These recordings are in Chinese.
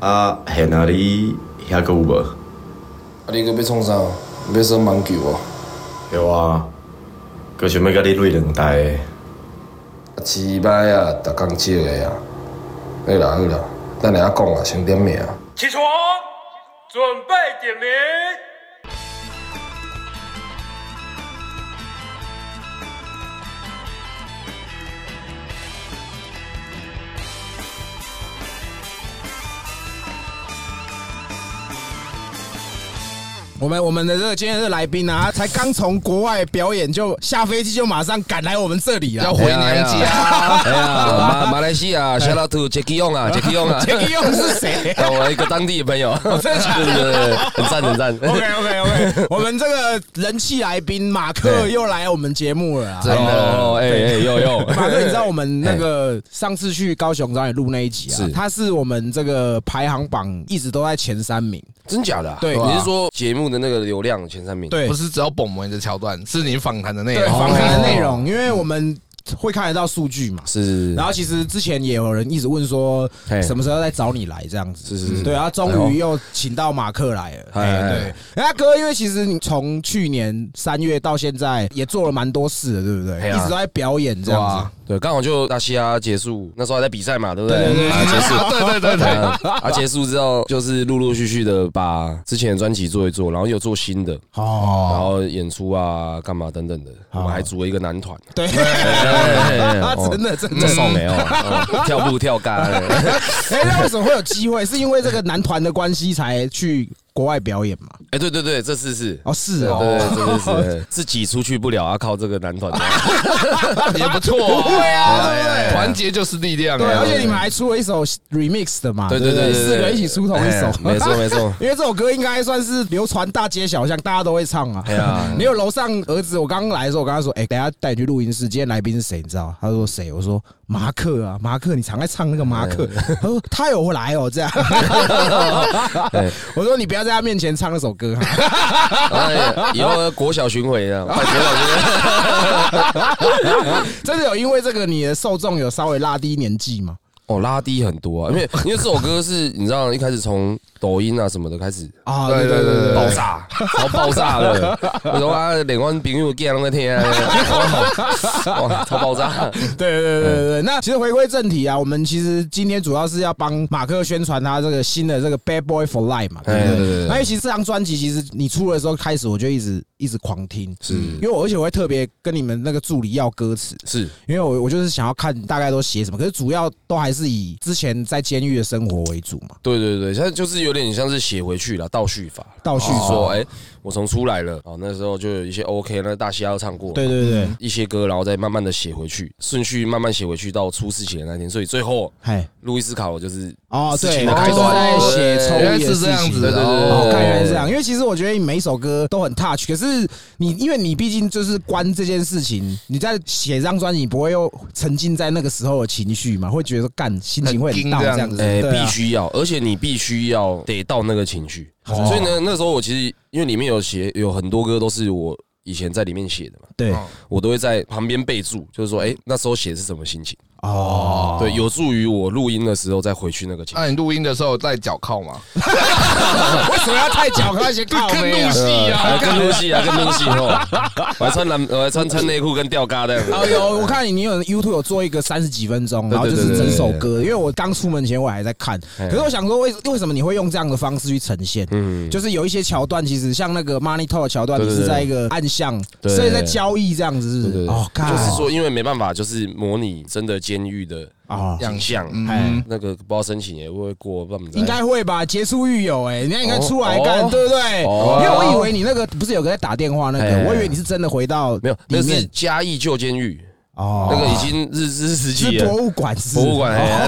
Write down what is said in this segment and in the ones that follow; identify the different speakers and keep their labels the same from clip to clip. Speaker 1: 啊，现啊你遐阁有无？
Speaker 2: 啊，你搁要创啥？要耍网球哦？
Speaker 1: 有啊，阁想要甲你擂两台的。
Speaker 2: 啊，饲歹啊，逐工少个啊。好啦好啦，等下仔讲啊，先点名。
Speaker 3: 起床，准备点名。
Speaker 4: 我们我们的这个今天的来宾啊，才刚从国外表演就下飞机就马上赶来我们这里啊，
Speaker 5: 要回娘家。哎 呀，马马来西亚 shout out to Jackie Yong 啊，Jackie Yong 啊
Speaker 4: Jackie Yong 是谁
Speaker 5: 啊 我一个当地的朋友，真的假的？对对 对，很赞很 赞。
Speaker 4: ？OK OK OK，我们这个人气来宾马克
Speaker 5: 对
Speaker 4: 又来我们节目了啊。
Speaker 5: 真的，哎哎，有 有。
Speaker 4: 马哥，你知道我们那个上次去高雄找你录那一集啊
Speaker 5: 哎是，
Speaker 4: 他是我们这个排行榜一直都在前三名，
Speaker 5: 真假的啊？
Speaker 4: 对
Speaker 5: 你是说节目的那个流量前三名？
Speaker 4: 对
Speaker 6: 不，是只有蹦门的桥段，是你访谈的内
Speaker 4: 对
Speaker 6: 容。
Speaker 4: 访谈
Speaker 5: 哦
Speaker 4: 的内容，因为我们会看得到数据嘛。
Speaker 5: 是，是
Speaker 4: 然后其实之前也有人一直问说
Speaker 5: 嘿
Speaker 4: 什么时候再找你来这样子，
Speaker 5: 是是是
Speaker 4: 对啊，终于又请到马克来了，
Speaker 5: 哎
Speaker 4: 哎
Speaker 5: 哎
Speaker 4: 对。那哥，因为其实你从去年三月到现在也做了蛮多事的，对不对？
Speaker 5: 哎呀
Speaker 4: 一直都在表演这样子，
Speaker 5: 对，刚好就大西亚结束，那时候还在比赛嘛，对不对？
Speaker 4: 对对对
Speaker 5: 啊，结束，
Speaker 6: 对对对 对，
Speaker 4: 哦
Speaker 5: 啊， 啊结束之后就是陆陆续续的把之前的专辑做一做，然后又做新的，
Speaker 4: 哦，
Speaker 5: 然后演出啊、干嘛等等的，我们还组了一个男团，
Speaker 4: 对， 啊
Speaker 5: 哎哦
Speaker 4: 真的真
Speaker 5: 这
Speaker 4: 的。
Speaker 5: 送没有？哦跳步跳杆，
Speaker 4: 哎，那为什么会有机会？是因为这个男团的关系才去国外表演嘛？
Speaker 5: 哎，对对对，这次是。
Speaker 4: 哦，是
Speaker 5: 对
Speaker 4: 哦，
Speaker 5: 对对，真的 是自己出去不了啊，靠这个男团。
Speaker 6: 也不错。
Speaker 5: 哦哎
Speaker 6: 对啊，团结就是力量。
Speaker 4: 对，
Speaker 5: 啊
Speaker 4: 而且你们还出了一首 remix 的嘛？
Speaker 5: 对
Speaker 4: 对
Speaker 5: 对对对对
Speaker 4: 四个一起出同一首
Speaker 5: 哎，没错没错
Speaker 4: 因为这首歌应该算是流传大街小巷，大家都会唱啊。
Speaker 5: 哎呀
Speaker 4: 你有楼上儿子，我刚来的时候，我跟他说，哎，等一下带你去录音室，今天来宾是谁？你知道？他说谁？我说马克啊，马克，你常在唱那个马克。
Speaker 5: 哎
Speaker 4: 他说他有来哦，这样。 我说你不要在他面前唱那首歌啊哈。
Speaker 5: 哎，以后国小巡回啊，办国小巡回。
Speaker 4: 真的有因为这个你的受众有稍微拉低年纪吗？
Speaker 5: 哦，拉低很多啊，因为因为这首歌是你知道一开始从抖音啊什么的开始
Speaker 4: 啊，
Speaker 6: 对对对对
Speaker 5: 爆炸，然后爆炸了，我说啊，连我朋友见那 天，啊哇，超爆炸，
Speaker 4: 对对对对对，那其实回归正题啊，我们其实今天主要是要帮马克宣传他这个新的这个《Bad Boy for Life》嘛，对不
Speaker 5: 哎对
Speaker 4: 对？那因为其实这张专辑，其实你出的时候开始，我就一直一直狂听，是因为我而且我会特别跟你们那个助理要歌词，
Speaker 5: 是
Speaker 4: 因为我我就是想要看大概都写什么，可是主要都还是以之前在监狱的生活为主嘛，
Speaker 5: 对对对，现在就是有点像是写回去了，倒叙法，
Speaker 4: 倒叙
Speaker 5: 就是
Speaker 4: 说，
Speaker 5: 说，哎，我从出来了，哦，那时候就有一些 OK，那大西要唱过，嗯
Speaker 4: 对对对，
Speaker 5: 一些歌，然后再慢慢的写回去，顺序慢慢写回去到出事情的那天，所以最后
Speaker 4: 嗨。
Speaker 5: 路易斯卡罗就是
Speaker 4: 哦，
Speaker 5: 事
Speaker 4: 对，
Speaker 5: 情的开
Speaker 4: 就是在
Speaker 5: 端
Speaker 4: 写抽
Speaker 6: 原来
Speaker 4: 烟
Speaker 6: 是这样子
Speaker 4: 的事情
Speaker 6: 的，
Speaker 5: 对对对
Speaker 4: 哦，
Speaker 5: 对
Speaker 4: 看原来是这样，因为其实我觉得你每一首歌都很 touch，可是你因为你毕竟就是关这件事情，你在写张专辑，你不会又沉浸在那个时候的情绪嘛？会觉得说干心情会很大
Speaker 6: 很
Speaker 4: 这
Speaker 6: 惊这
Speaker 4: 样
Speaker 6: 样
Speaker 4: 子，
Speaker 6: 子
Speaker 5: 哎、
Speaker 4: 对啊
Speaker 5: 必须要，而且你必须要得到那个情绪。
Speaker 4: 哦
Speaker 5: 所以呢，那时候我其实因为里面有写有很多歌都是我以前在里面写的嘛，
Speaker 4: 对
Speaker 5: 我都会在旁边备注，就是说，哎、那时候写是什么心情？
Speaker 4: 哦， 哎
Speaker 5: 对，有助于我录音的时候再回去那个情绪。
Speaker 6: 那你录音的时候戴脚铐吗？
Speaker 4: 为什么要太矫情？先靠背啊！
Speaker 6: 戏
Speaker 5: 还跟露西啊，跟露西哦，我还穿蓝，我还穿穿内裤跟吊 嘎的。
Speaker 4: 哦，有我看你，你有 YouTube 有做一个三十几分钟，然后就是整首歌，因为我刚出门前我还在看，可是我想说为为什么你会用这样的方式去呈现？嗯，就是有一些桥段，其实像那个 Money Talk 的桥段，
Speaker 5: 对
Speaker 4: 你
Speaker 5: 对
Speaker 4: 是在一个暗巷，
Speaker 5: 对
Speaker 4: 所以在交易这样子是
Speaker 5: 对
Speaker 4: 不
Speaker 5: 对
Speaker 4: 是，
Speaker 5: 对
Speaker 4: 哦，看
Speaker 5: 就是说，因为没办法，就是模拟真的监狱的
Speaker 4: 啊，
Speaker 5: 景象，
Speaker 4: 哎
Speaker 5: 那个不知道申请也会不会过，不知道
Speaker 4: 应该会吧，杰出狱友哎，人家应该出来干，
Speaker 5: 哦
Speaker 4: 对不对？
Speaker 5: 哦
Speaker 4: 因为我以为你那个不是有个在打电话那
Speaker 5: 哎
Speaker 4: 个，我以为你是真的回到
Speaker 5: 没有，
Speaker 4: 里
Speaker 5: 那是
Speaker 4: 面
Speaker 5: 嘉义旧监狱，
Speaker 4: 哦
Speaker 5: 那个已经日日时期
Speaker 4: 是博
Speaker 5: 了，
Speaker 4: 物馆是
Speaker 5: 博物馆哎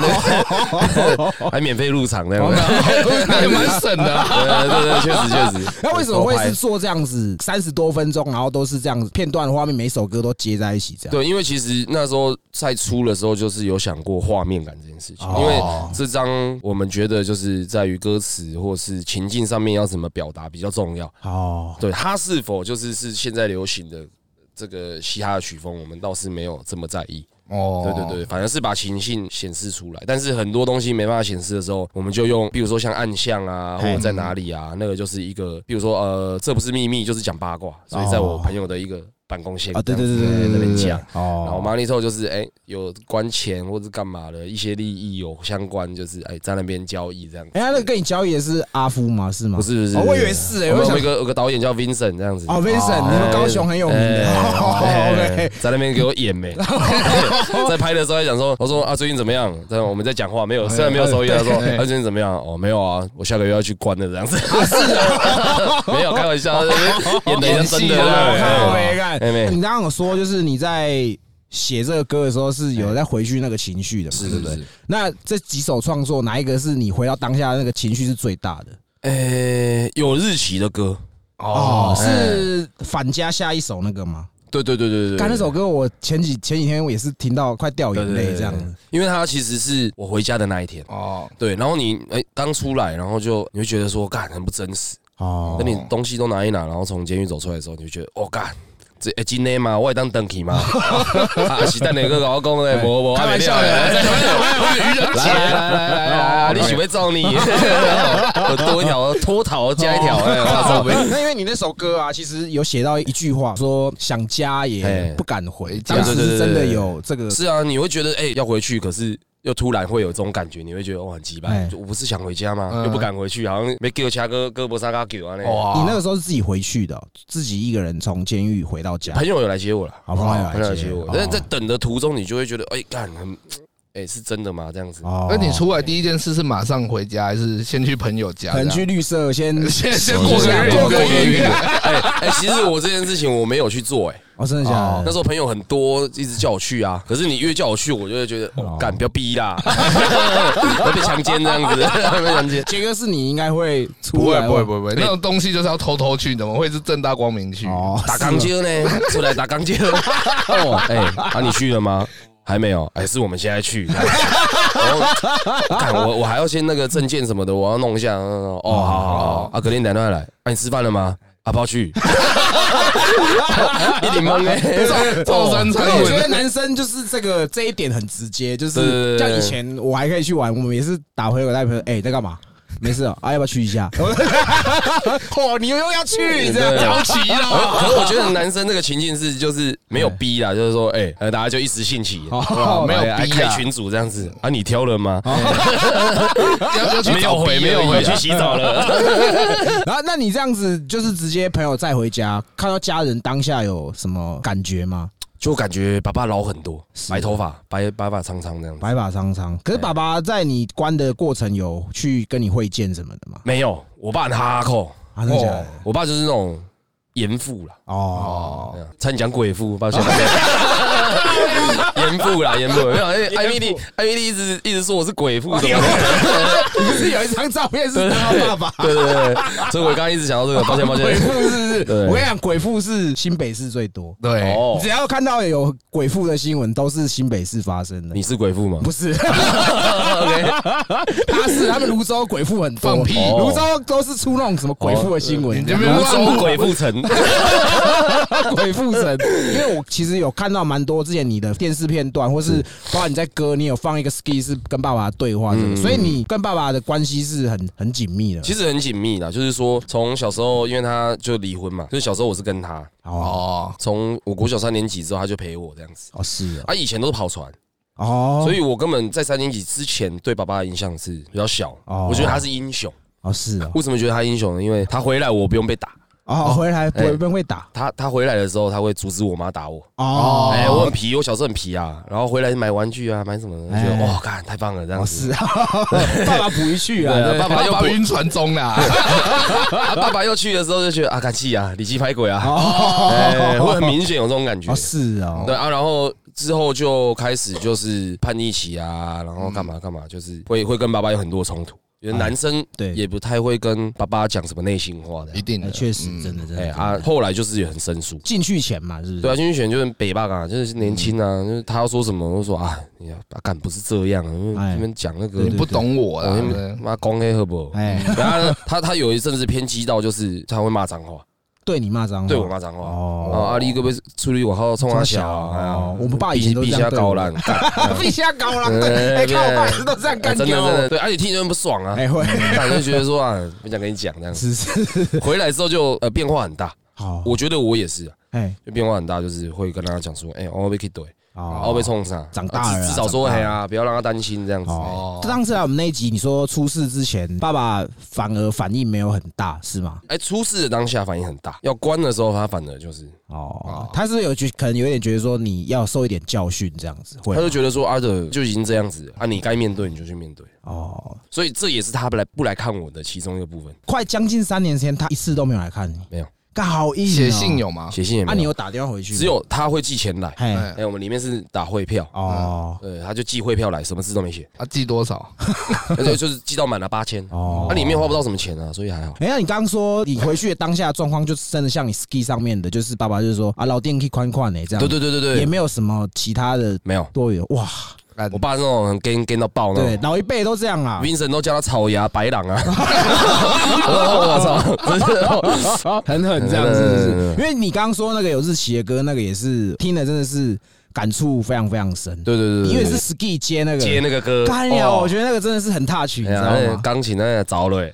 Speaker 5: 那个还免费入场
Speaker 4: 哦
Speaker 5: 那样子，
Speaker 6: 那也蛮省的啊。
Speaker 5: 对对对，确实确实。
Speaker 4: 那为什么会是
Speaker 5: 偷拍？
Speaker 4: 做这样子三十多分钟，然后都是这样子片段画面，每首歌都接在一起这样？
Speaker 5: 对，因为其实那时候在出的时候，就是有想过画面感这件事情，
Speaker 4: 哦
Speaker 5: 因为这张我们觉得就是在于歌词或是情境上面要怎么表达比较重要。
Speaker 4: 哦，
Speaker 5: 对它是否就是是现在流行的这个嘻哈的曲风，我们倒是没有这么在意。
Speaker 4: 哦
Speaker 5: 对对对，反而是把情性显示出来，但是很多东西没办法显示的时候，我们就用，比如说像暗象啊，或者在哪里啊，那个就是一个，比如说呃，这不是秘密，就是讲八卦，所以在我朋友的一个办公线
Speaker 4: 哦啊，对对
Speaker 5: 这样
Speaker 4: 对
Speaker 5: 子
Speaker 4: 对对
Speaker 5: 在那
Speaker 4: 对
Speaker 5: 边
Speaker 4: 对，
Speaker 5: 讲。然
Speaker 4: 哦，
Speaker 5: 后 money talk 就是哎、有关钱或者干嘛的一些利益有相关，就是哎、在那边交易这样子。
Speaker 4: 哎，他那个跟你交易的是阿夫吗？是吗？
Speaker 5: 不是不是，
Speaker 4: 哦我以为是哎，我
Speaker 5: 我们有
Speaker 4: 想
Speaker 5: 一个有个导演叫 Vincent 这样子。
Speaker 4: 哦，Vincent，你们高雄很有名的
Speaker 5: 哎
Speaker 4: 哦
Speaker 5: 哎
Speaker 4: ，OK，
Speaker 5: 在那边给我 演没，在拍的时候还讲说，我说啊最近怎么样？但我们在讲话，没
Speaker 4: 哎
Speaker 5: 有，虽然没有收益，他说啊最近怎么样？哦没有啊，我下个月要去关了这样子。
Speaker 4: 啊
Speaker 5: 没有开玩笑， 演的像真的。
Speaker 4: 啊靠
Speaker 5: 哎
Speaker 4: 北干
Speaker 5: 哎没
Speaker 4: 你刚刚有说，就是你在写这个歌的时候是有在回去那个情绪的嘛，
Speaker 5: 哎是
Speaker 4: 对不对
Speaker 5: 是是？
Speaker 4: 那这几首创作，哪一个是你回到当下那个情绪是最大的？
Speaker 5: 哎，有日期的歌，
Speaker 4: 哦，是
Speaker 5: 哎
Speaker 4: 反加下一首那个吗？
Speaker 5: 对对对对对，
Speaker 4: 刚那首歌我前几前几天我也是听到快掉眼泪这样子。
Speaker 5: 因为它其实是我回家的那一天。
Speaker 6: 哦，
Speaker 5: 对，然后你哎刚出来，然后就你会觉得说，干很不真实。
Speaker 4: 哦
Speaker 5: 等你东西都拿一拿，然后从监狱走出来的时候，你就觉得，哦干。这哎，今天嘛，我也当登 去嘛，啊是等你个老公嘞，我我
Speaker 6: 哎开玩笑的，哎
Speaker 5: 来
Speaker 6: 愚人
Speaker 5: 来
Speaker 6: 节，
Speaker 5: 来来来来，你许会揍 你， 我多一条脱逃加一条，哎，哇
Speaker 4: 那那因为你那首歌啊，其实有写到一句话，说想家也
Speaker 5: 哎
Speaker 4: 不敢回，
Speaker 5: 家
Speaker 4: 当时是真
Speaker 5: 对对对
Speaker 4: 的
Speaker 5: 对对
Speaker 4: 有这个
Speaker 5: 是啊，你会觉得哎、要回去，可是又突然会有这种感觉，你会觉得哇哦很鸡
Speaker 4: 哎嗯
Speaker 5: 巴，就我不是想回家吗？又不敢回去，好像没给掐哥胳膊上嘎狗啊那。哇，
Speaker 4: 你那个时候是自己回去的哦，自己一个人从监狱回到家，
Speaker 5: 朋友有来接我了，
Speaker 4: 好朋友
Speaker 5: 朋友
Speaker 4: 来
Speaker 5: 来接我
Speaker 4: 哦，
Speaker 5: 但是在等的途中，你就会觉得哎干很哎、是真的吗？这样子。
Speaker 4: 哦
Speaker 6: 那你出来第一件事是马上回家，还是先去朋友家？
Speaker 4: 可能去绿色先
Speaker 6: 先先过个日，
Speaker 4: 过
Speaker 5: 过
Speaker 4: 个
Speaker 5: 个
Speaker 4: 日
Speaker 5: 月，哎哎，其实我这件事情我没有去做，哎，
Speaker 4: 哦，真的假
Speaker 5: 那
Speaker 4: 的？
Speaker 5: 时候朋友很多，一直叫我去啊。可是你越叫我去，我就会觉得，哦，干，不要逼啦， 我被强奸这样子， 被强奸。
Speaker 4: 杰哥是你应该会
Speaker 6: 不
Speaker 4: 出
Speaker 6: 会
Speaker 4: 来，哦
Speaker 6: 不会不会不会，
Speaker 5: 哎
Speaker 6: 那种东西就是要偷偷去，怎么会是正大光明去？
Speaker 4: 哦，
Speaker 5: 打钢筋呢，出来打钢筋。哦，哎，啊，你去了吗？还没有，哎，是我们现在去。然后，看我，我还要先那个证件什么的，我要弄一下。哦，好好好，啊，隔天打电话来，啊，你吃饭了吗？啊，不要去。一脸懵哎，
Speaker 6: 赵三
Speaker 4: 可
Speaker 6: 餐
Speaker 4: 是 我觉
Speaker 6: 问
Speaker 4: 得男生就是这个这一点很直接，就
Speaker 5: 对
Speaker 4: 是
Speaker 5: 对对
Speaker 4: 像
Speaker 5: 对
Speaker 4: 以前我还可以去玩，我们也是打朋友带朋友，哎、你在干嘛？没事哦啊，要不要去一下？ 哦，你又要去这样。
Speaker 6: 好奇啦，
Speaker 5: 可是我觉得男生这个情境是就是没有逼啦，就是说，哎，呃大家就一时兴起，
Speaker 4: 哦
Speaker 5: 哎
Speaker 6: 没有
Speaker 5: 哎
Speaker 6: 逼
Speaker 5: 开
Speaker 6: 啊
Speaker 5: 群组这样子啊，你挑了吗？
Speaker 6: 要要去
Speaker 5: 没有回，没有
Speaker 6: 啊
Speaker 5: 回，去洗澡了。
Speaker 4: 然后，那你这样子就是直接朋友再回家，看到家人当下有什么感觉吗？
Speaker 5: 就感觉爸爸老很多，白头发，白白发苍苍这样子。
Speaker 4: 白发苍苍。可是爸爸在你关的过程有去跟你会见什么的吗？
Speaker 5: 没有，我爸很哈扣，哦
Speaker 4: 啊，真的假的？
Speaker 5: 我爸就是那种严父啦，
Speaker 4: 哦，
Speaker 5: 对啊差点讲鬼父，抱歉。 严父啦，严父，没有，因为艾米丽，艾米丽一直一直说我是鬼
Speaker 4: 哦
Speaker 5: 父，怎么
Speaker 4: 你 不是有一张照片是跟他爸爸？
Speaker 5: 对对对，对所以我刚刚一直想到 这个，抱歉抱歉
Speaker 4: 鬼。父是不是？
Speaker 5: 对
Speaker 4: 我跟你讲，鬼父是新北市最多。
Speaker 6: 对，
Speaker 5: 哦
Speaker 4: 只，要看到有鬼父的新闻，都是新北市发生的。
Speaker 5: 你是鬼父吗？
Speaker 4: 不 是 他是他们泸州鬼父很多，
Speaker 6: 放屁
Speaker 5: 哦
Speaker 4: 泸州都是出那种什么鬼父的新闻，
Speaker 6: 你这边
Speaker 5: 泸
Speaker 6: 乱
Speaker 5: 州鬼父城，
Speaker 4: 鬼父神。因为我其实有看到蛮多之前你的电视片段，或是包括你在歌，你有放一个 ski 是跟爸爸的对话这个，所以你跟爸爸的关系是很很紧密的。
Speaker 5: 嗯其实很紧密啦，就是说从小时候，因为他就离婚嘛，就是小时候我是跟他，
Speaker 4: 哦
Speaker 6: 哦，
Speaker 5: 从我国小三年级之后他就陪我这样子，
Speaker 4: 哦是
Speaker 5: 啊，以前都是跑船。
Speaker 4: 哦，
Speaker 5: 所
Speaker 4: 以
Speaker 5: 以我根本在三年级之前对爸爸的印象是比较小。
Speaker 4: 哦
Speaker 5: 我觉得他是英雄。
Speaker 4: 哦是哦
Speaker 5: 为什么觉得他英雄呢？因为他回来我不用被打。
Speaker 4: 哦回来不
Speaker 5: 哎
Speaker 4: 会不会打
Speaker 5: 他他回来的时候，他会阻止我妈打我。
Speaker 4: 哦
Speaker 5: 哎、我很皮，我小时候很皮啊。然后回来买玩具啊，买什么的，觉得哇，干太棒了这样
Speaker 4: 哎哦
Speaker 5: 子。
Speaker 4: 是啊， 爸爸补一句啊，
Speaker 5: 对啊，爸爸
Speaker 6: 爸
Speaker 5: 又
Speaker 6: 爸
Speaker 5: 不
Speaker 6: 晕船中 啦，
Speaker 5: 啊，爸爸又去的时候就觉得啊，感气啊，理气拍鬼啊，
Speaker 4: 哦
Speaker 5: 哎会很明显有这种感觉
Speaker 4: 哦。是哦
Speaker 5: 对啊，然后之后就开始就是叛逆期啊，然后干嘛干嘛，就是会会跟爸爸有很多冲突。因为男生
Speaker 4: 嗯哎对
Speaker 5: 也不太会跟爸爸讲什么内心话的 啊
Speaker 6: 一，定
Speaker 4: 哎
Speaker 6: 的，
Speaker 4: 确实真的真
Speaker 5: 哎
Speaker 4: 的
Speaker 5: 啊，后来就是也很生疏。
Speaker 4: 进去前嘛是不是？
Speaker 5: 对啊，金玉选就是北霸啊，就是年轻啊，就是他要说什么，我就说啊，你要啊干不是这样啊，因为
Speaker 4: 哎
Speaker 5: 这边讲那个
Speaker 6: 你不懂我啦
Speaker 5: 我，
Speaker 6: 对
Speaker 5: 妈公黑好不好？啊
Speaker 4: 哎
Speaker 5: 然后呢他他有一阵子偏激到就是他会骂脏话，
Speaker 4: 对你骂脏话，
Speaker 5: 对我骂脏话。
Speaker 4: 嗯哦
Speaker 5: 哦，阿力哥被出去往后冲他小啊，哎呀
Speaker 4: 哦我们爸以前都
Speaker 5: 比
Speaker 4: 这
Speaker 5: 比
Speaker 4: 样
Speaker 5: 下
Speaker 4: 对
Speaker 5: 高
Speaker 4: 我
Speaker 5: 烂， 干
Speaker 4: 必须要搞了，对，哎，看我爸都这样
Speaker 5: 哎
Speaker 4: 干
Speaker 5: 真的
Speaker 4: 掉
Speaker 5: 真的
Speaker 4: 我，
Speaker 5: 对，而且听人不爽啊，
Speaker 4: 哎会，
Speaker 5: 但就觉得说啊，不想跟你讲这样子。
Speaker 4: 只 是
Speaker 5: 回来之后就呃变化很大，
Speaker 4: 好，
Speaker 5: 我觉得我也是啊，
Speaker 4: 哎，
Speaker 5: 就变化很大，就是会跟他讲说，哎，我被 k 怼，我被冲上，
Speaker 4: 哦长大了
Speaker 5: 啊
Speaker 4: 啦
Speaker 5: 至至少说
Speaker 4: 长大
Speaker 5: 哎
Speaker 4: 了
Speaker 5: 呀，不要让他担心这样子。哎
Speaker 4: 哦，
Speaker 5: 嗯
Speaker 4: 上次来我们那一集，你说出事之前，爸爸反而反应没有很大，是吗？
Speaker 5: 哎，出事的当下反应很大，要关的时候他反而就是，
Speaker 4: 哦，他是不是有觉可能有点觉得说你要受一点教训这样子，会
Speaker 5: 他
Speaker 4: 吗
Speaker 5: 就觉得说阿德就已经这样子了啊，你该面对你就去面对，
Speaker 4: 哦，
Speaker 5: 所以这也是他不来不来看我的其中一个部分。
Speaker 4: 快将近三年前，他一次都没有来看你，
Speaker 5: 没有
Speaker 4: 干好硬哦，
Speaker 6: 写信有吗？
Speaker 5: 写信也
Speaker 4: 啊，
Speaker 5: 没
Speaker 4: 你
Speaker 5: 有，
Speaker 4: 有打电话回去吗？
Speaker 5: 只有他会寄钱来，
Speaker 4: 嘿
Speaker 5: 哎，我们里面是打汇票。
Speaker 4: 哦
Speaker 5: 对，他就寄汇票来，什么字都 没写，
Speaker 6: 他啊寄 多少？
Speaker 5: 而且就是寄到满了八千，
Speaker 4: 哦
Speaker 5: 那里面花不到什么钱啊，所以还好。
Speaker 4: 哎、那你刚刚说你回去的当下状况，就是真的像你 ski 上面的，就是爸爸就是说啊，老店可以宽宽呢，这样，
Speaker 5: 对对对对
Speaker 4: 嗯也
Speaker 5: 对，
Speaker 4: 没有什么其他的
Speaker 5: 没有，
Speaker 4: 多余的哇，
Speaker 5: 我爸是那种很 gay gay 到爆那
Speaker 4: 对，
Speaker 5: 种。
Speaker 4: 老一辈都这样啊，
Speaker 5: Vincent 都叫他草芽白狼 啊！我操，真是哦
Speaker 4: 狠狠这样子，是不
Speaker 5: 对
Speaker 4: 是
Speaker 5: 对对
Speaker 4: 因为你刚刚说那个有日期的歌，那个也是听了真的是感触非常非常深，
Speaker 5: 对对对对，
Speaker 4: 因为是 ski 接那个
Speaker 5: 接那个歌，
Speaker 4: 干了，
Speaker 5: 哦
Speaker 4: 我觉得那个真的是很 touch，你
Speaker 5: 哎
Speaker 4: 知
Speaker 5: 呀，
Speaker 4: 道
Speaker 5: 那
Speaker 4: 吗？
Speaker 5: 钢琴那 着 了，欸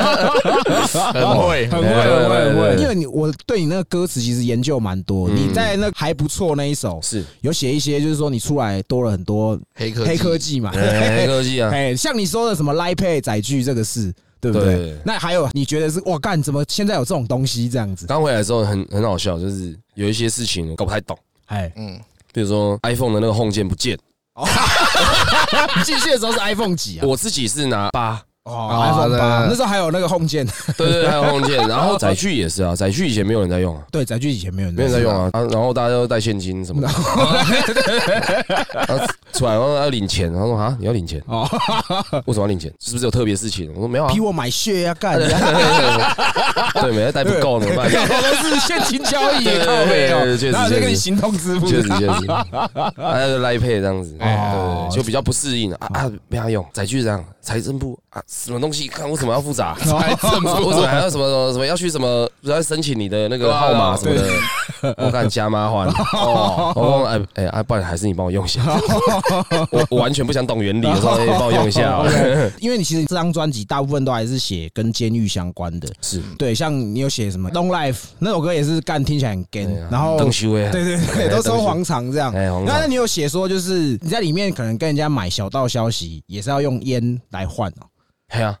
Speaker 6: 很会，
Speaker 4: 很会，很会，很会。因为你我对你那个歌词其实研究蛮多，你在那还不错那一首
Speaker 5: 嗯是
Speaker 4: 有写一些，就是说你出来多了很多
Speaker 6: 黑科技
Speaker 4: 黑科技嘛，
Speaker 5: 哎黑科技啊，
Speaker 4: 哎，像你说的什么 Line Pay 载具这个事，对不对
Speaker 5: 对？
Speaker 4: 那还有你觉得是哇干，怎么现在有这种东西这样子？
Speaker 5: 刚回来的时候很很好笑，就是有一些事情我搞不太懂，
Speaker 4: 哎，
Speaker 5: 嗯比如说 iPhone 的那个 home 键不见，
Speaker 4: 进哎去的时候是 iPhone 几啊？
Speaker 5: 我啊自己是拿八，
Speaker 4: 哦，iPhone 八，那时候还有那个 Home 键，
Speaker 5: 对对，对还有 home 键，然后载具也是啊，载具以前没有人在用啊。
Speaker 4: 对，载具以前没有人
Speaker 5: 没人在用啊，啊然后大家都带现金什么的， 然后出来然后要领钱，然后说啊，你要领钱，
Speaker 4: 哦，
Speaker 5: 为什么要领钱？是不是有特别事情？我说没有啊
Speaker 4: 逼，我买血啊，干！
Speaker 5: 对，每次带不够怎么办？
Speaker 4: 我都是现金交易，
Speaker 5: 对对
Speaker 4: 靠背
Speaker 5: 对对
Speaker 4: 哦，
Speaker 5: 对
Speaker 4: 然后
Speaker 5: 确
Speaker 4: 就
Speaker 5: 实
Speaker 4: 跟
Speaker 5: 确
Speaker 4: 你
Speaker 5: 实
Speaker 4: 行动支付，
Speaker 5: 确实确实，还有来配这样子，对
Speaker 4: 哦
Speaker 5: 对，对就比较不适应啊啊，没法用，载具这样，财政部啊，什么东西看为什么要复杂？
Speaker 6: 还 这么
Speaker 5: 为什么还要什么什么什么要去什么要申请你的那
Speaker 4: 啊
Speaker 5: 个号码什么的？ 我看加 麻烦哦，我说哎哎啊，不然还是你帮我用一下，我我完全不想懂原理，我说哎帮我用 一下哦，
Speaker 4: 因为你其实这张专辑大部分都还是写跟监狱相关的，
Speaker 5: 是
Speaker 4: 对，像你有写什么《Long Life》那首歌也是干，听起来很 gay，然 后
Speaker 5: 邓修哎，
Speaker 4: 哦对对对， 都说黄肠这样。
Speaker 5: 哎黄肠
Speaker 4: 那那你有写说，就是你在里面可能跟人家买小道消息，也是要用烟来换哦。
Speaker 5: 哎呀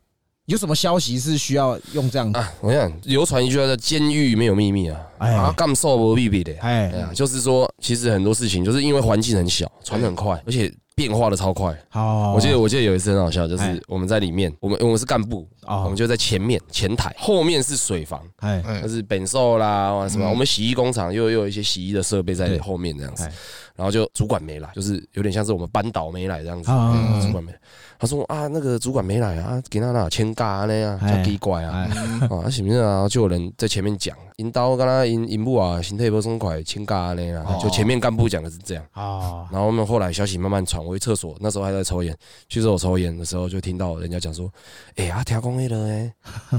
Speaker 4: 有什么消息是需要用这样？
Speaker 5: 啊，我想流传一句话叫监狱没有秘密啊，
Speaker 4: 哎
Speaker 5: 啊干受不必比的，哎
Speaker 4: 哎，
Speaker 5: 呀，就是说，其实很多事情就是因为环境很小，传得很快，而且变化的超快。
Speaker 4: 好，
Speaker 5: 我记得我记得有一次很好笑，就
Speaker 4: 哦哎
Speaker 5: 是我们在里面，我们我们是干部，
Speaker 4: 哦
Speaker 5: 我们就在前面前台，后面是水房，
Speaker 4: 哎
Speaker 6: 哎
Speaker 5: 就是本寿啦或者什么，我们洗衣工厂又又有一些洗衣的设备在
Speaker 4: 嗯对
Speaker 5: 后面这样子
Speaker 4: 哎，
Speaker 5: 然后就主管没来，就是有点像是我们班导没来这样子，
Speaker 4: 啊
Speaker 5: 嗯主管没来，他说啊那个主管没来啊，给他那签尬那样，
Speaker 4: 哎
Speaker 5: 叫奇怪啊，啊是不是啊？就有人在前面讲，引导跟他引引部啊，心态不松快，签尬那样，就前面干部讲的是这样。
Speaker 4: 哦，
Speaker 5: 然后我们后来消息慢慢传，我去厕所，那时候还在抽烟，去厕所抽烟的时候就听到人家讲说，哎、阿听讲那个呢，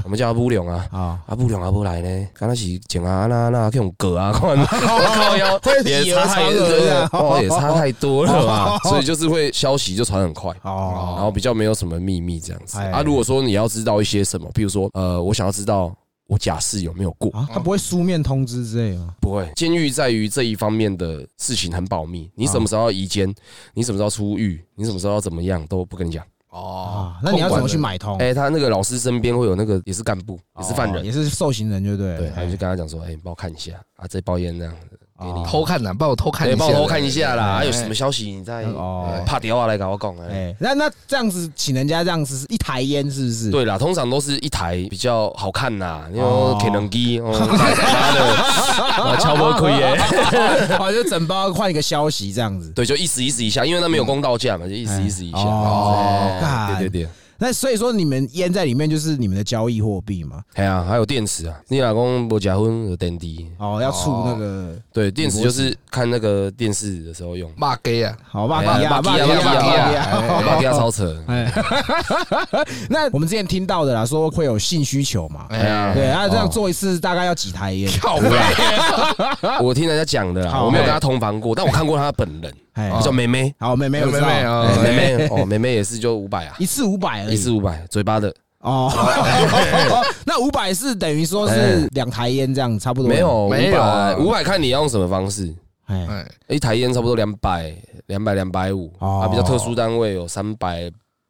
Speaker 5: 我们叫阿布良啊，
Speaker 4: 哦
Speaker 5: 阿布良阿布来呢，刚才是讲啊那那去用割 啊，看
Speaker 4: 哦
Speaker 5: 靠腰
Speaker 4: 以讹传讹
Speaker 5: 对
Speaker 4: 啊
Speaker 5: 哦也差太多了吧，所以就是会消息就传很快。
Speaker 4: 哦，
Speaker 5: 然后比较没有什么秘密这样子
Speaker 4: 哎
Speaker 5: 啊。如果说你要知道一些什么，比如说呃，我想要知道我假释有没有过，
Speaker 4: 啊，他不会书面通知之类的吗？
Speaker 5: 不会，监狱在于这一方面的事情很保密，你什
Speaker 4: 嗯
Speaker 5: 么时候要移监，你什么时候出狱，你什么时候要怎么样都不跟你讲。
Speaker 6: 哦
Speaker 4: 啊，，那你要怎么去买通？
Speaker 5: 哎，他那个老师身边会有那个也是干部，也是犯
Speaker 4: 哦也
Speaker 5: 人，
Speaker 4: 是受刑人，就对了。
Speaker 5: 对，他
Speaker 4: 哎
Speaker 5: 就跟他讲说，哎，你帮我看一下啊，这包烟这样子，给你
Speaker 6: 偷看呢？帮我偷看一
Speaker 5: 哎
Speaker 6: 下，
Speaker 5: 帮我偷看一下啦，啊，
Speaker 6: 哎
Speaker 5: 有什么消息你再
Speaker 4: 哦
Speaker 5: 怕电话来跟我讲。哎
Speaker 4: 哎，那那这样子，请人家这样子是一台烟，是不是？
Speaker 5: 对啦，通常都是一台比较好看啦，因
Speaker 4: 哦
Speaker 5: 为铁能机， 哦妈的，啊敲波亏耶。
Speaker 4: 好，就整包换一个消息这样子。
Speaker 5: 对，就一时一时一下，因为那没有公道价嘛，就一时一时一下。
Speaker 4: 哎哦
Speaker 5: 哦，对对对，
Speaker 4: 那所以说你们烟在里面就是你们的交易货币嘛？
Speaker 5: 哎呀，还有电池啊，你老公不结婚有电池，
Speaker 4: 哦，要出那个
Speaker 5: 对，电池就是看那个电视的时候用。
Speaker 6: 骂 gay 啊，
Speaker 4: 好吧，马吉亚，
Speaker 5: 马
Speaker 4: 马
Speaker 5: 吉
Speaker 4: 吉
Speaker 5: 亚，
Speaker 4: 亚，
Speaker 5: 马
Speaker 4: 马
Speaker 5: 吉
Speaker 4: 吉
Speaker 5: 亚
Speaker 4: 亚，
Speaker 5: 哎
Speaker 4: 哎
Speaker 5: 马吉亚超扯。
Speaker 4: 那我们之前听到的啦，说会有性需求嘛？
Speaker 6: 哎呀，
Speaker 4: 对，那这样做一次大概要几台烟？
Speaker 6: 靠背，
Speaker 5: 我听人家讲的啦，我没有跟他同房过，但我看过他本人，
Speaker 4: 哎，
Speaker 5: 叫妹妹，
Speaker 4: 好，妹妹，我
Speaker 6: 妹
Speaker 4: 知
Speaker 6: 妹
Speaker 4: 道，
Speaker 6: 啊，
Speaker 5: 妹妹哦，妹妹也是就五百啊，
Speaker 4: 一次五百而已，
Speaker 5: 一次五百，嘴巴的
Speaker 4: 哦，那五百是等于说是两台烟这样，差不多
Speaker 5: 哎没有，
Speaker 6: 没有啊
Speaker 5: 五百看你要用什么方式，
Speaker 4: 哎
Speaker 6: 哎，
Speaker 5: 一台烟差不多两百、两百、两百五
Speaker 4: 哦
Speaker 5: 啊，比较特殊单位有三百、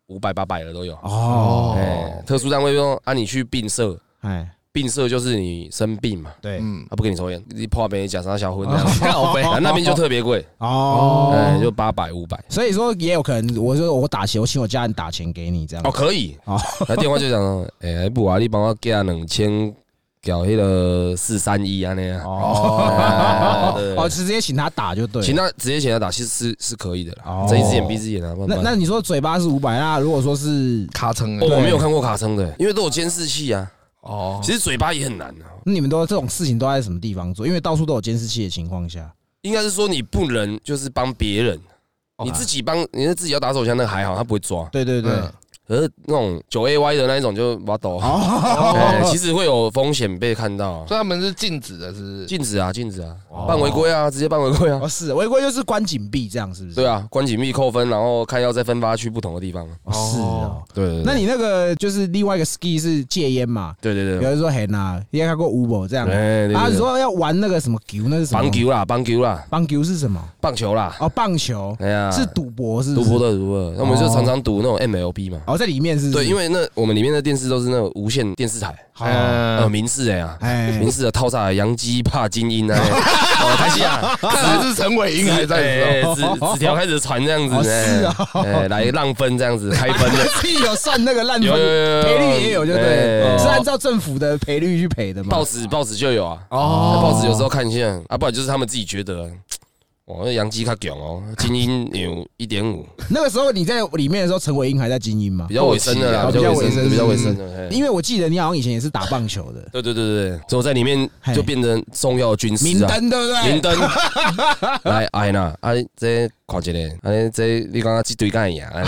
Speaker 5: 五百、八百的都有。
Speaker 4: 哦，
Speaker 5: 哎，特殊单位用啊，你去病社，
Speaker 4: 哎，
Speaker 5: 病社就是你生病嘛，啊
Speaker 4: 对，
Speaker 6: 嗯，
Speaker 5: 他不给你抽烟，你破杯假啥小婚这样子，
Speaker 6: 靠背，
Speaker 5: 啊 那边就特别贵，哎，
Speaker 4: 哦，
Speaker 5: 就八百、五百。
Speaker 4: 所以说也有可能，我说我打钱，我请我家人打钱给你这样
Speaker 5: 哦，，可以。
Speaker 4: 哦
Speaker 5: 那电话就讲说，哎，不啊，你帮我加两千，搞迄个四三一安尼啊。哦，对
Speaker 4: 哦，直接请他打就对了，
Speaker 5: 请他直接请他打，其实是是可以的啦
Speaker 4: 哦。
Speaker 5: 睁一只眼闭一只眼啊，慢
Speaker 4: 那
Speaker 5: 慢。
Speaker 4: 那你说嘴巴是五百，那如果说是
Speaker 6: 卡层
Speaker 5: 哦
Speaker 6: 哎，
Speaker 5: 我没有看过卡称的，因为都有监视器啊。
Speaker 6: 哦，
Speaker 5: 其实嘴巴也很难啊，
Speaker 4: 那你们都这种事情都在什么地方做？因为到处都有监视器的情况下，
Speaker 5: 应该是说你不能就是帮别人，
Speaker 4: 哦
Speaker 5: 你自己帮，你是自己要打手枪那个还好，他不会抓。
Speaker 4: 对对对，
Speaker 6: 嗯
Speaker 5: 可是那种九 A Y 的那一种就挖抖，
Speaker 4: 哦
Speaker 5: 哎其实会有风险被看到啊。
Speaker 6: 所以他们是禁止的，是不是？
Speaker 5: 禁止啊，禁止啊，办违规啊，直接办违规啊
Speaker 4: 哦。是违规就是关紧闭这样是不是？
Speaker 5: 对啊，关紧密扣分，然后看要再分发去不同的地方。
Speaker 4: 哦是哦。
Speaker 5: 对对
Speaker 4: 那你那个就是另外一个 ski 是戒烟嘛？
Speaker 5: 对对
Speaker 4: 有
Speaker 5: 对，
Speaker 4: 人说很啊，也看过 Uber 这样
Speaker 5: 哎对对，对
Speaker 4: 啊，你说要玩那个什么球，那是什么？
Speaker 5: 棒，球啦，棒球啦，
Speaker 4: 棒球是什么？
Speaker 5: 棒球啦，
Speaker 4: 哦，棒球
Speaker 5: 哎呀，
Speaker 4: 是赌博是不
Speaker 5: 赌
Speaker 4: 是
Speaker 5: 博的赌博的，那我们就常常赌那种 MLB 嘛。
Speaker 4: 哦，在里面是不是
Speaker 5: 对，因为那我们里面的电视都是那种无线电视台，
Speaker 4: 好
Speaker 5: 呃，
Speaker 6: 嗯，
Speaker 5: 民视的呀，
Speaker 4: 哎
Speaker 5: 民视的套炸洋基怕精 英啊，哦，开心啊，
Speaker 6: 看来是陈伟英还在的时
Speaker 5: 哎
Speaker 6: 候，
Speaker 5: 纸纸条开始传这样子，
Speaker 4: 哦是啊
Speaker 5: 哎哎，来浪分这样 子，开分的，
Speaker 4: 屁有算那个烂
Speaker 5: 有有
Speaker 4: 分
Speaker 5: 有有
Speaker 4: 赔率也有就对
Speaker 5: 哎
Speaker 4: 了，是按照政府的赔率去赔的嘛？
Speaker 5: 报纸报纸就有啊，
Speaker 6: 哦，
Speaker 5: 报纸有时候看一下啊，不然就是他们自己觉得，哇，那洋基较强哦，精英有一点 五，
Speaker 4: 那个时候你在里面的时候，陈伟英还在精英嘛
Speaker 5: 比？较卫生的啦，
Speaker 4: 后
Speaker 5: 比
Speaker 4: 期
Speaker 5: 较
Speaker 4: 啊
Speaker 5: 卫生的，比
Speaker 4: 比
Speaker 5: 较
Speaker 4: 较
Speaker 5: 卫
Speaker 4: 卫
Speaker 5: 生
Speaker 4: 生
Speaker 5: 的。哎啊嘿
Speaker 4: 因为我记得你好像以前也是打棒球的，
Speaker 5: 对对对对对，所以我在里面
Speaker 4: 嘿
Speaker 5: 就变成重要军师
Speaker 4: 明
Speaker 5: 啊，
Speaker 4: 灯对不对？
Speaker 5: 明灯。来，哎呐，啊，这看一下，哎，这你刚刚这对干一样，哎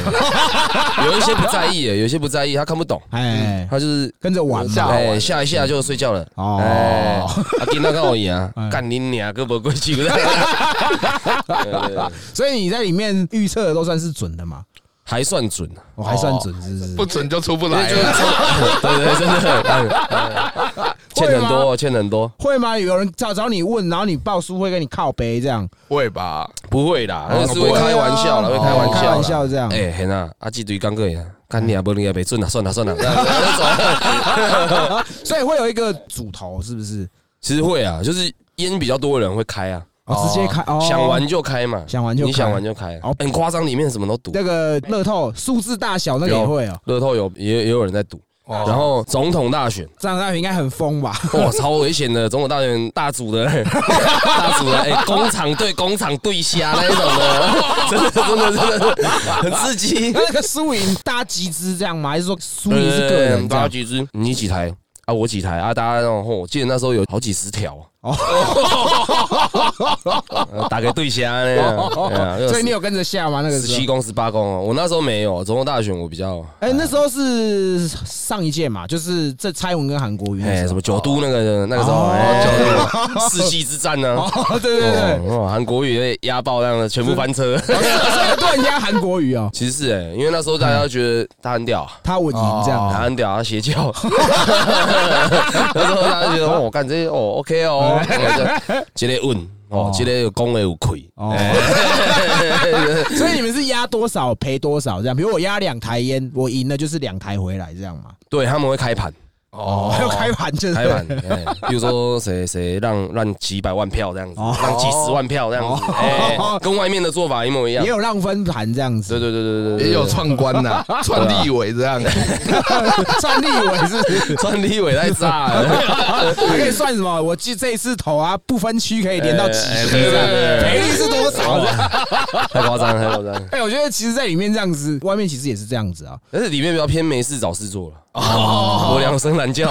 Speaker 5: 有一些不在意的，有一些不在意，他看不懂，
Speaker 4: 哎，
Speaker 5: 他就是
Speaker 4: 跟着玩嘛。
Speaker 5: 哎，下一下就睡觉了。
Speaker 4: 哦 哎
Speaker 5: 哎，啊，今天跟我一样，干你俩胳膊过去了，
Speaker 4: 所以你在里面预测的都算是准的嘛？
Speaker 5: 还算准啊。
Speaker 4: 我还算准，是不是？
Speaker 6: 不准就出不来
Speaker 5: 就是
Speaker 6: 了。
Speaker 5: 对对，真的，嗯嗯欠很多，欠很多，
Speaker 4: 会吗？有人找找你问，然后你报书会跟你靠背这 样？
Speaker 6: 会吧？
Speaker 5: 不会啦，
Speaker 6: 哦
Speaker 5: 那是会开玩笑啦，会开玩笑啦，
Speaker 4: 开玩笑这样。哎
Speaker 5: 哎，很啊，阿基对刚哥呀，干你啊，不你也没准啊，算了 算了，这样子那种
Speaker 4: 所以会有一个主头，是不是？
Speaker 5: 其实会啊，就是烟比较多的人会开啊，
Speaker 4: 哦，直接开哦，
Speaker 5: 想玩就开嘛，
Speaker 4: 想玩就开
Speaker 5: 你想玩就开，啊
Speaker 4: 哦
Speaker 5: 很夸张，里面什么都赌，
Speaker 4: 那个乐透数字大小那个也会哦。
Speaker 5: 乐透有也也有人在赌，然后总统大选。
Speaker 4: 这样大学应该很疯 吧？
Speaker 5: 哇，超危险的！总统大选大组的，大组的，哎、工厂对工厂对虾那一种的，真的真的真的很刺激。
Speaker 4: 那个输赢大家集资这样吗？还是说输赢是个人这
Speaker 5: 大家
Speaker 4: 样？
Speaker 5: 呃集资，你几台啊？我几台啊？大家那种，吼我记得那时候有好几十条。哦，打给对虾呢， 哎呀
Speaker 4: 所以你有跟着下吗？那个
Speaker 5: 十
Speaker 4: 时候
Speaker 5: 七公十八公哦，我那时候没有，总统大选我比较
Speaker 4: 哎、那时候是上一届嘛，就是这蔡文跟韩国瑜那
Speaker 5: 哎
Speaker 4: 时
Speaker 5: 什
Speaker 4: 候。
Speaker 5: 么九都那个那个时候，哎九都 世纪之战呢。
Speaker 4: 哦，对对对，
Speaker 5: 哦，韩国语也压爆那样的，全部翻车。
Speaker 4: 哦所以突然间韩国瑜哦，
Speaker 5: 其实是哎，因为那时候大家觉得他很屌，啊
Speaker 4: 他稳赢这样
Speaker 5: 他很屌，他邪 教。那时候大家觉得哦，干这些哦，OK 哦，
Speaker 4: 哎
Speaker 5: 这个稳哦，这个有讲的有哎亏。
Speaker 4: 哦， 所以你们是压多少赔多少这样？比如我压两台烟，我赢了就是两台回来这样嘛？
Speaker 5: 对他们会开盘，哦
Speaker 4: 还有开盘就是
Speaker 5: 开盘，哎比如说谁谁让让几百万票这样子，
Speaker 4: 哦
Speaker 5: 让几十万票这样子，哎，跟外面的做法一模一样
Speaker 4: 也。有让分盘这样子，
Speaker 5: 对对对对对对，
Speaker 6: 也有串官 呐，串立委这样，
Speaker 4: 算立委是不是
Speaker 5: 算立委太炸了，
Speaker 4: 还可以算什么？我记这一次投啊，不分区可以连到几
Speaker 5: 哎
Speaker 4: 十
Speaker 5: 对对
Speaker 4: 这样
Speaker 5: 对对对
Speaker 4: 赔率是多少这样？
Speaker 5: 太夸张了，太夸张了。
Speaker 4: 哎，我觉得其实，在里面这样子，外面其实也是这样子啊。
Speaker 5: 但是里面比较偏没事找事做了，我两声懒觉，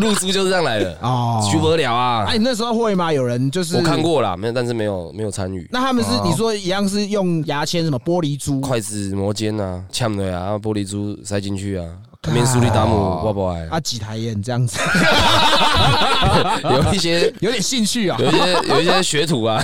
Speaker 5: 露珠就是这样来的，
Speaker 4: 哦
Speaker 5: 去不了啊
Speaker 4: 哎，。你那时候会吗？有人就是
Speaker 5: 我看，过哦啦，没有，但是没有没有参与。
Speaker 4: 那他们是你说一样是用牙签什么玻璃珠？
Speaker 5: 筷子磨尖啊，呛的啊，玻璃珠塞进去啊，
Speaker 4: 靠
Speaker 5: 面苏力达姆哇不爱，
Speaker 4: 啊，几台烟这样子，
Speaker 5: 有一些
Speaker 4: 有点兴趣啊。
Speaker 5: 有一些有一些学徒啊，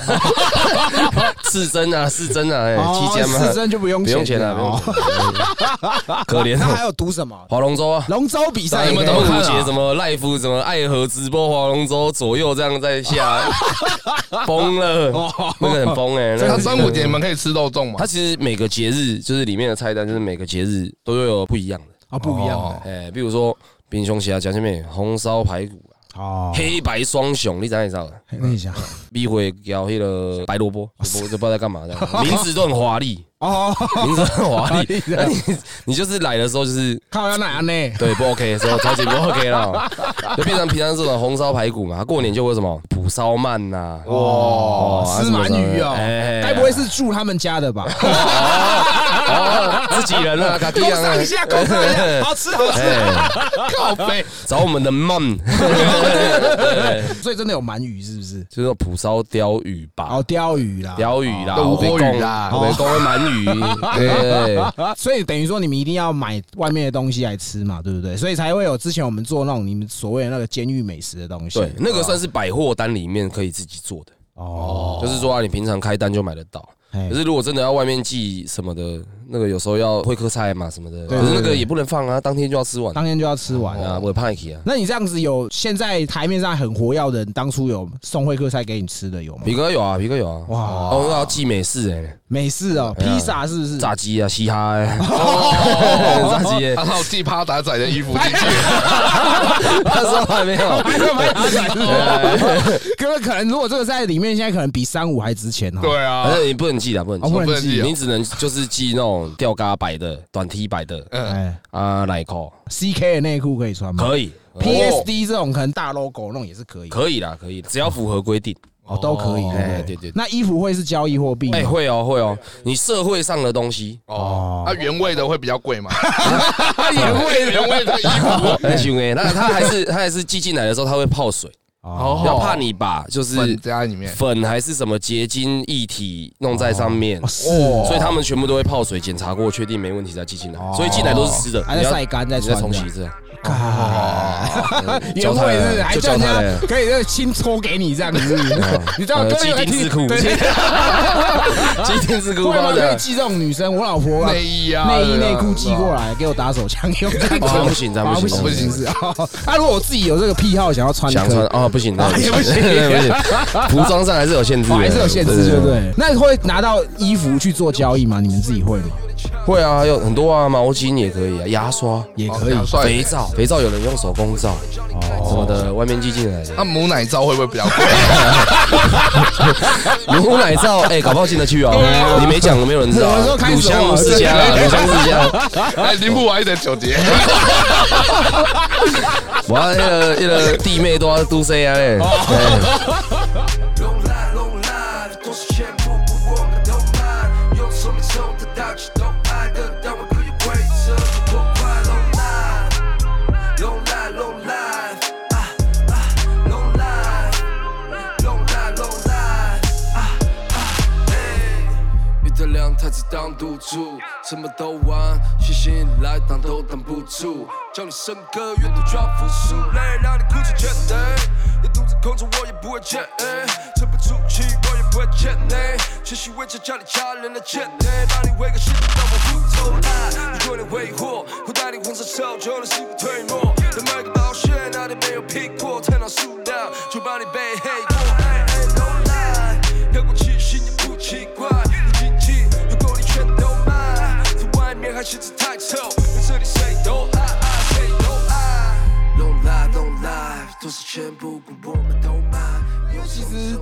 Speaker 5: 刺针啊，刺针啊，哎
Speaker 4: 哦
Speaker 5: 七千嘛，
Speaker 4: 刺针就不用
Speaker 5: 不用钱了，
Speaker 4: 钱
Speaker 5: 不
Speaker 4: 了哦
Speaker 5: 用钱 了，可怜
Speaker 4: 那还
Speaker 5: 哦。
Speaker 4: 有赌什么？
Speaker 5: 划龙舟啊，
Speaker 4: 龙舟比赛也
Speaker 5: 你
Speaker 4: 可
Speaker 5: 们
Speaker 4: 以
Speaker 5: 端
Speaker 6: 都
Speaker 5: 午
Speaker 6: 看
Speaker 5: 节
Speaker 6: 啊
Speaker 5: 什么 live 什么爱河直播划龙舟，左右这样 在下，疯了，
Speaker 4: 哦
Speaker 5: 那个很疯哎。那个
Speaker 6: 他端午节你们可以吃肉粽嘛
Speaker 5: 它？其实每个节日就是里面的菜单，就是每个节日都会有不一样的。
Speaker 4: 啊，不一样的
Speaker 5: 哎、比如说冰胸虾、夹心面、红烧排骨、啊、
Speaker 4: 哦。
Speaker 5: 黑白双雄，你知道你知道？
Speaker 4: 那一下
Speaker 5: 米会搞那个白萝卜，我就不知道在干嘛的，名字都很华丽，
Speaker 4: 哦，
Speaker 5: 名字很华丽。那你你就是来的时候就是
Speaker 4: 靠要哪呢？
Speaker 5: 对不 OK，所以超级不 OK 了，就变成平常这种红烧排骨嘛，过年就会什么蒲烧鳗呐，哇
Speaker 4: 吃鳗鱼哦，
Speaker 5: 哎
Speaker 4: 该不会是住他们家的 吧？
Speaker 5: 自己人啊，卡地
Speaker 4: 勾
Speaker 5: 亚
Speaker 4: 上一下，勾上一下，好吃 好吃。
Speaker 5: 靠背，找我们的 mom，
Speaker 4: 所以真的有鳗鱼是不是？
Speaker 5: 就是蒲烧鲷鱼吧，
Speaker 4: 哦，鲷鱼啦，
Speaker 5: 鲷鱼啦，
Speaker 6: 都无锅鱼啦
Speaker 5: 我公会鳗鱼， 对，
Speaker 4: 啊所以等于说你们一定要买外面的东西来吃嘛，对不对？所以才会有之前我们做那种你们所谓的那个监狱美食的东西。
Speaker 5: 对，那个算是百货单里面可以自己做的，
Speaker 4: 哦，哎
Speaker 5: 就是说啊，你平常开单就买得到。
Speaker 4: 嘿
Speaker 5: 可是如果真的要外面寄什么的，那个有时候要会客菜嘛什么的，
Speaker 4: 对
Speaker 5: 可是那个也不能放啊，当天就要吃完
Speaker 4: 当天就要吃完
Speaker 5: 啊，
Speaker 4: 啊。
Speaker 5: 我怕你啊。
Speaker 4: 那你这样子有现在台面上很活跃的人，当初有送会客菜给你吃的有吗？
Speaker 5: 皮哥有啊，皮哥有啊，哇，
Speaker 4: 哇，
Speaker 5: 哦，那要寄美式哎，
Speaker 4: 美式哦，披萨是不是？
Speaker 5: 炸鸡啊，嘻哈欸，炸鸡欸
Speaker 6: 他，套寄趴打仔的衣服 进去，
Speaker 5: 那时候还没有，
Speaker 4: 哎
Speaker 5: 哎
Speaker 4: 哥哎可能如果这个在里面，现在可能比三五还值钱哦。
Speaker 6: 对啊
Speaker 5: 反，正你不能寄的，不能
Speaker 4: 哦，不
Speaker 5: 寄。
Speaker 6: 不
Speaker 4: 能
Speaker 6: 能
Speaker 4: 寄
Speaker 6: 寄
Speaker 4: 哦。
Speaker 5: 你只能就是寄那种吊嘎白的、短 T 白的，
Speaker 4: 哎
Speaker 5: 啊，奶扣
Speaker 4: ，CK 的内裤可以穿吗哦
Speaker 5: 可以
Speaker 4: ？PSD 这种可能大 logo 那种也是可以，
Speaker 5: 可以啦，可以，只要符合规定。
Speaker 4: 哦，都可以。对不
Speaker 5: 哎，
Speaker 4: 对
Speaker 5: 对对，对
Speaker 4: 那衣服会是交易货币吗？
Speaker 5: 哎，会哦，会哦，你社会上的东 西，
Speaker 6: 哦，它原味的会比较贵嘛？
Speaker 5: 原 味
Speaker 6: 原味的衣服
Speaker 5: 哎，兄弟，那他还是他还是寄进来的时候，他会泡水，
Speaker 4: 哦，
Speaker 5: 要怕你把就是
Speaker 6: 粉加在里面，
Speaker 5: 粉还是什么结晶液体弄在上面。
Speaker 4: 哦是
Speaker 5: 所以他们全部都会泡水检查过，确定没问题再寄进来。所以进来都是湿的，
Speaker 4: 哦还在
Speaker 5: 你要
Speaker 4: 晒干再
Speaker 5: 你再
Speaker 4: 穿
Speaker 5: 重
Speaker 4: 的
Speaker 5: 洗一次啊。哦
Speaker 4: 原味是不是还
Speaker 5: 啊就
Speaker 4: 叫人
Speaker 5: 教他
Speaker 4: 家
Speaker 5: 嘞
Speaker 4: 可以那轻搓给你这样子， 你知道
Speaker 5: 呃
Speaker 4: 哥
Speaker 5: 寄
Speaker 4: 有
Speaker 5: 丁字裤，
Speaker 4: 对对
Speaker 5: 寄丁字裤
Speaker 4: 会吗？
Speaker 5: 包
Speaker 4: 可以
Speaker 5: 的，
Speaker 4: 寄这种女生，我老婆啊
Speaker 6: 内衣啊，
Speaker 4: 内衣
Speaker 6: 对
Speaker 4: 内
Speaker 6: 啊
Speaker 4: 裤寄过来给我打手枪用，
Speaker 5: 哦不行这样不行
Speaker 4: 哦
Speaker 5: 不
Speaker 4: 是
Speaker 6: 行
Speaker 4: 不是哦啊，如果我自己有这个癖好想要穿，
Speaker 5: 想
Speaker 4: 可以
Speaker 5: 穿啊不行， 那
Speaker 4: 也哎不行
Speaker 5: 不行，服装上还是有限制的，
Speaker 4: 哦还是有限制，对不对？那会拿到衣服去做交易吗？你们自己会吗？
Speaker 5: 会啊，有很多啊，毛巾也可以啊，牙刷、
Speaker 4: 也可以哦
Speaker 6: 哦帅
Speaker 5: 肥皂，肥皂有人用手工皂，什么的，外面寄 进来
Speaker 6: 那
Speaker 5: 的。
Speaker 6: 母奶皂会不会比较 贵？
Speaker 5: 牛奶皂，哎，搞不好进得去哦。
Speaker 4: 啊
Speaker 5: 你没讲，没有人知道
Speaker 4: 我说
Speaker 5: 啊。
Speaker 4: 开始
Speaker 5: 乳香
Speaker 4: 哦
Speaker 5: 世家啊，
Speaker 6: 对
Speaker 5: 乳香世家。
Speaker 6: 哎，林不完一整九节，
Speaker 5: 我要那个那个弟妹都要都 C 啊嘞。哎
Speaker 7: Long line, long line, 또 수채 부부 원가 don't mind. 용서민 손도 닿지 don't mind. 그 다음은 그의 grace. Don't cry, long line. Long line, long line. Ah, ah, long line. Long line, long line. Ah, ah, hey.
Speaker 5: 哎
Speaker 7: 一直太臭，对这里谁都爱爱，谁都爱。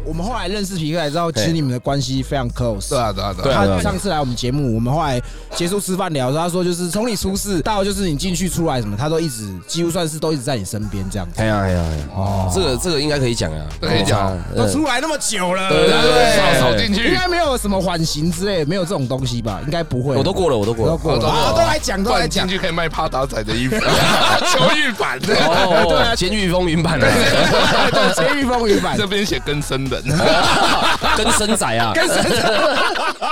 Speaker 4: 我们后来认识皮克才知道，其实
Speaker 5: 嘿
Speaker 4: 你们的关系非常 close。
Speaker 6: 对啊对啊对
Speaker 5: 对
Speaker 6: 啊，
Speaker 5: 啊
Speaker 4: 他上次来我们节目，我们后来结束吃饭聊的时候，他说就是从你出事到就是你进去出来什么，他都一直几乎算是都一直在你身边这样子。
Speaker 5: 哎呀哎呀哎呀，哦，这个这个应该可以讲啊，
Speaker 6: 这可以讲
Speaker 5: 哦
Speaker 4: 都出来那么久了，
Speaker 5: 对对对
Speaker 6: 少少进
Speaker 4: 应
Speaker 6: 去，
Speaker 4: 该没有什么缓刑之类，没有这种东西吧？应该不会。
Speaker 5: 我都过了，我都哦过
Speaker 4: 都
Speaker 5: 了。
Speaker 4: 过了，啊都来讲，都来
Speaker 6: 灌
Speaker 4: 讲
Speaker 6: 进。去可以卖帕达仔的衣服， 囚狱版的，
Speaker 4: 对啊
Speaker 5: 哦，监狱风云版的，
Speaker 4: 对，监狱风云版
Speaker 6: 这。边写更生人，
Speaker 5: 跟生仔啊，
Speaker 4: 跟神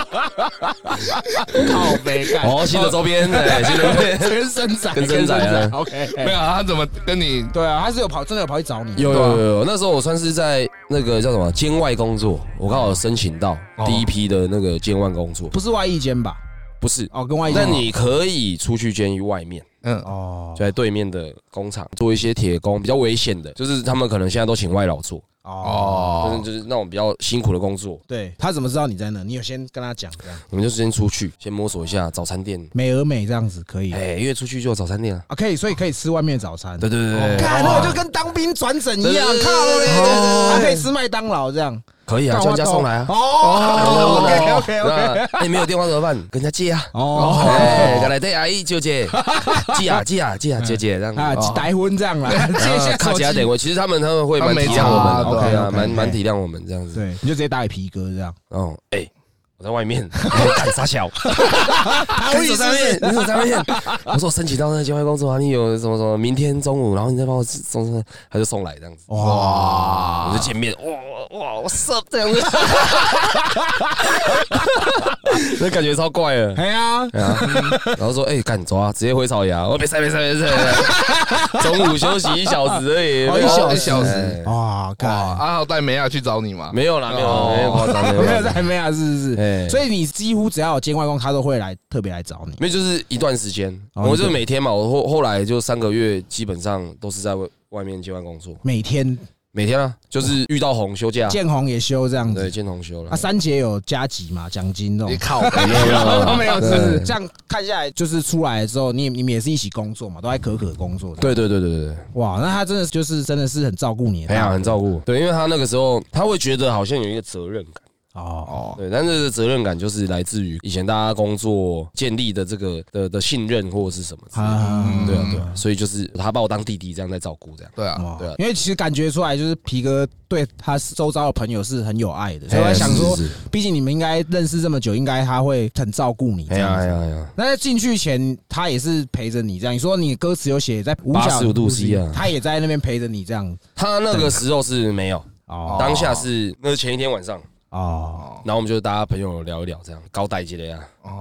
Speaker 4: 靠背干
Speaker 5: 哦，新的周 边，哎，新的周边，
Speaker 4: 跟身仔，
Speaker 5: 跟身仔啊
Speaker 4: OK，
Speaker 6: 没有啊他怎么跟你
Speaker 4: 对啊，他是有跑，真的有跑去找你。
Speaker 5: 有有有啊有，那时候我算是在那个叫什么监外工作，我刚好申请到第一批的那个监外工作，
Speaker 4: 不是外衣间吧？
Speaker 5: 不是，
Speaker 4: 哦，跟外衣间。
Speaker 5: 那你可以出去监狱外面。
Speaker 4: 哦
Speaker 5: 就在对面的工厂做一些铁工，比较危险的，就是他们可能现在都请外劳做，
Speaker 4: 哦，
Speaker 5: 但是就是那种比较辛苦的工作，
Speaker 4: 对他怎么知道你在那？你有先跟他讲这样，
Speaker 5: 我们就先出去，先摸索一下早餐店，
Speaker 4: 美而美这样子可以啊，
Speaker 5: 哎，因为出去就有早餐店啊，
Speaker 4: 可以，所以可以吃外面早餐。
Speaker 5: 对对对对，
Speaker 4: 哦干，那我就跟当兵转诊一样，
Speaker 5: 对对对
Speaker 4: 靠
Speaker 5: 对对对
Speaker 4: 嘞，
Speaker 5: 对
Speaker 4: 还可以吃麦当劳这样。
Speaker 5: 可以啊，叫人家送来啊。
Speaker 4: 哦，OK OK OK，
Speaker 5: 那哎，没有电话怎么办？跟人家借啊。
Speaker 4: 哦，
Speaker 5: 哎，跟来对阿姨 姐姐，借啊借啊借啊借借这样。
Speaker 4: 啊，
Speaker 5: 哦
Speaker 4: 打婚这样啦， 借一下
Speaker 5: 看
Speaker 4: 手
Speaker 5: 起
Speaker 4: 机
Speaker 5: 来。点我，其实他们他们会蛮体谅我
Speaker 6: 他
Speaker 4: 差
Speaker 5: 们
Speaker 6: 们没
Speaker 5: 的，
Speaker 4: 啊
Speaker 5: 对啊，
Speaker 4: OK，OK，
Speaker 5: 蛮
Speaker 4: OK
Speaker 5: 蛮体谅我们这样子。
Speaker 4: 对，你就直接打给皮哥这样。
Speaker 5: 哦，哎，我在外面， 干啥小？你手上面，你手上面。我说我申请到那个境外工作啊，你有什么什么，明天中午，然后你再帮我送送，他就送来这样子。哇，我们就见面，哇哇，我射这样子，那感觉超怪的。
Speaker 4: 哎呀，
Speaker 5: 对啊，然后说哎，干走啊，直接回草芽，我别塞别塞别塞，中午休息一小时而已，
Speaker 4: 哦一小时
Speaker 6: 一小时？
Speaker 5: 哎
Speaker 4: 哇，
Speaker 6: 哇，
Speaker 4: 干，
Speaker 6: 阿浩带梅亚去找你嘛？
Speaker 5: 没有啦，没有，没有夸张，没 有
Speaker 4: 没有
Speaker 5: 夸张
Speaker 4: 在没啊，是不是？
Speaker 5: 哎
Speaker 4: 所以你几乎只要有监外工，他都会来特别来找你。
Speaker 5: 没有，就是一段时间，
Speaker 4: 哦
Speaker 5: 我就每天嘛，我后后来就三个月，基本上都是在外外面接外工作，
Speaker 4: 每天
Speaker 5: 每天啊，就是遇到红休假，
Speaker 4: 建红也休这样
Speaker 5: 对，
Speaker 4: 子。
Speaker 5: 见红休了
Speaker 4: 啊，，三节有加急嘛，奖金这
Speaker 6: 你
Speaker 4: 种。
Speaker 6: 靠，
Speaker 4: 都没有，是
Speaker 5: 对
Speaker 4: 不是？这样看下来，就是出来之后，你你们也是一起工作嘛，都在可可工作的。
Speaker 5: 对对对对对对，
Speaker 4: 哇，那他真的就是真的是很照顾你的
Speaker 5: 哎呀，
Speaker 4: 大哥，
Speaker 5: 很照顾，对，因为他那个时候他会觉得好像有一个责任感，
Speaker 4: 哦，
Speaker 5: 对，但是这个责任感就是来自于以前大家工作建立的这个的的信任或者是什么之类的，
Speaker 4: 啊，
Speaker 5: 对啊对啊，所以就是他把我当弟弟这样在照顾这样。
Speaker 6: 对啊，
Speaker 4: 哇
Speaker 5: 对啊
Speaker 4: 因为其实感觉出来，就是皮哥对他周遭的朋友是很有爱的，所以我在想说
Speaker 5: 是是是，
Speaker 4: 毕竟你们应该认识这么久，应该他会很照顾你这
Speaker 5: 哎呀
Speaker 4: 样
Speaker 5: 哎
Speaker 4: 子。
Speaker 5: 呀哎呀！
Speaker 4: 那在进去前，他也是陪着你这样。你说你歌词有写在五角
Speaker 5: 85度 C 啊
Speaker 4: 他也在那边陪着你这样。
Speaker 5: 他那个时候是没有，
Speaker 4: 哦
Speaker 5: 当下是那是前一天晚上，
Speaker 4: 哦，
Speaker 5: 然后我们就大家朋友聊一聊，这样高代接的呀。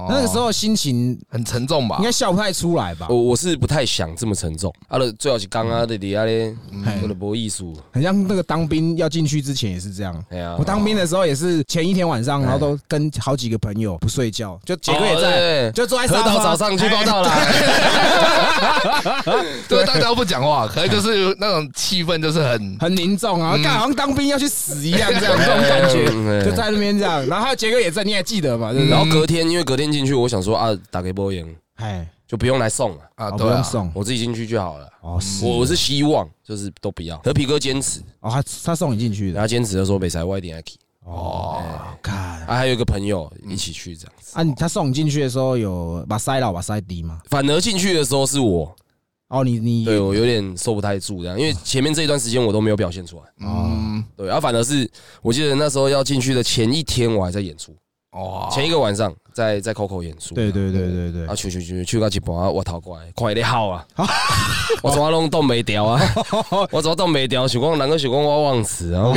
Speaker 4: 那个时候心情
Speaker 6: 很沉重吧
Speaker 4: 应？该笑不太出来吧
Speaker 5: 我？我是不太想这么沉重，啊，就最好是刚
Speaker 4: 嗯
Speaker 5: 刚的底下咧，我的博艺术，
Speaker 4: 很像那个当兵要进去之前也是这样。
Speaker 5: 哎呀，哎
Speaker 4: 我当兵的时候也是前一天晚上，然后都跟好几个朋友不睡觉，就杰哥也在，
Speaker 5: 哦对
Speaker 4: 就坐在
Speaker 5: 喝
Speaker 4: 沙
Speaker 5: 到
Speaker 4: 发哎
Speaker 5: 早上去报道啦。
Speaker 4: 啊
Speaker 6: 对，大家都不讲 话，可能就是那种气氛就是 很
Speaker 4: 很凝重啊，干好像当兵要去死一样，这样这种感
Speaker 5: 嗯
Speaker 4: 觉，
Speaker 5: 嗯
Speaker 4: 就在那边这样。然后还有杰哥也在，你还记得嘛？对不
Speaker 5: 然
Speaker 4: 对？
Speaker 5: 后隔天，因为隔天进去，我想说啊，打给波言
Speaker 4: 哎，
Speaker 5: 就不用来送了，
Speaker 6: 啊，
Speaker 4: 哦不
Speaker 6: 对啊
Speaker 4: 用，送
Speaker 5: 我自己进去就好了。
Speaker 4: 哦，是
Speaker 5: 我我是希望就是都不要，和皮哥坚持，
Speaker 4: 哦，他他送你进去
Speaker 5: 然后
Speaker 4: 的
Speaker 5: 他坚持的说北台外点 Aki，
Speaker 4: 哦，看
Speaker 5: 啊，还有一个朋友一起去这样子。
Speaker 4: 啊，你他送你进去的时候有把塞老把塞低吗？
Speaker 5: 反而进去的时候是我，
Speaker 4: 哦，你你
Speaker 5: 对我有点受不太住这样，因为前面这一段时间我都没有表现出来。
Speaker 6: 嗯，
Speaker 5: 对，然、后反而是我记得那时候要进去的前一天，我还在演出，
Speaker 6: 哇，
Speaker 5: 前一个晚上在在 COCO 演出。
Speaker 4: 哦对对对对对
Speaker 5: 啊，，去去去去到一半，啊我头过来，看你好啊，
Speaker 4: 哦
Speaker 5: 我怎么拢冻袂 调啊？我怎么冻袂调？想讲人个想讲我忘词 啊，我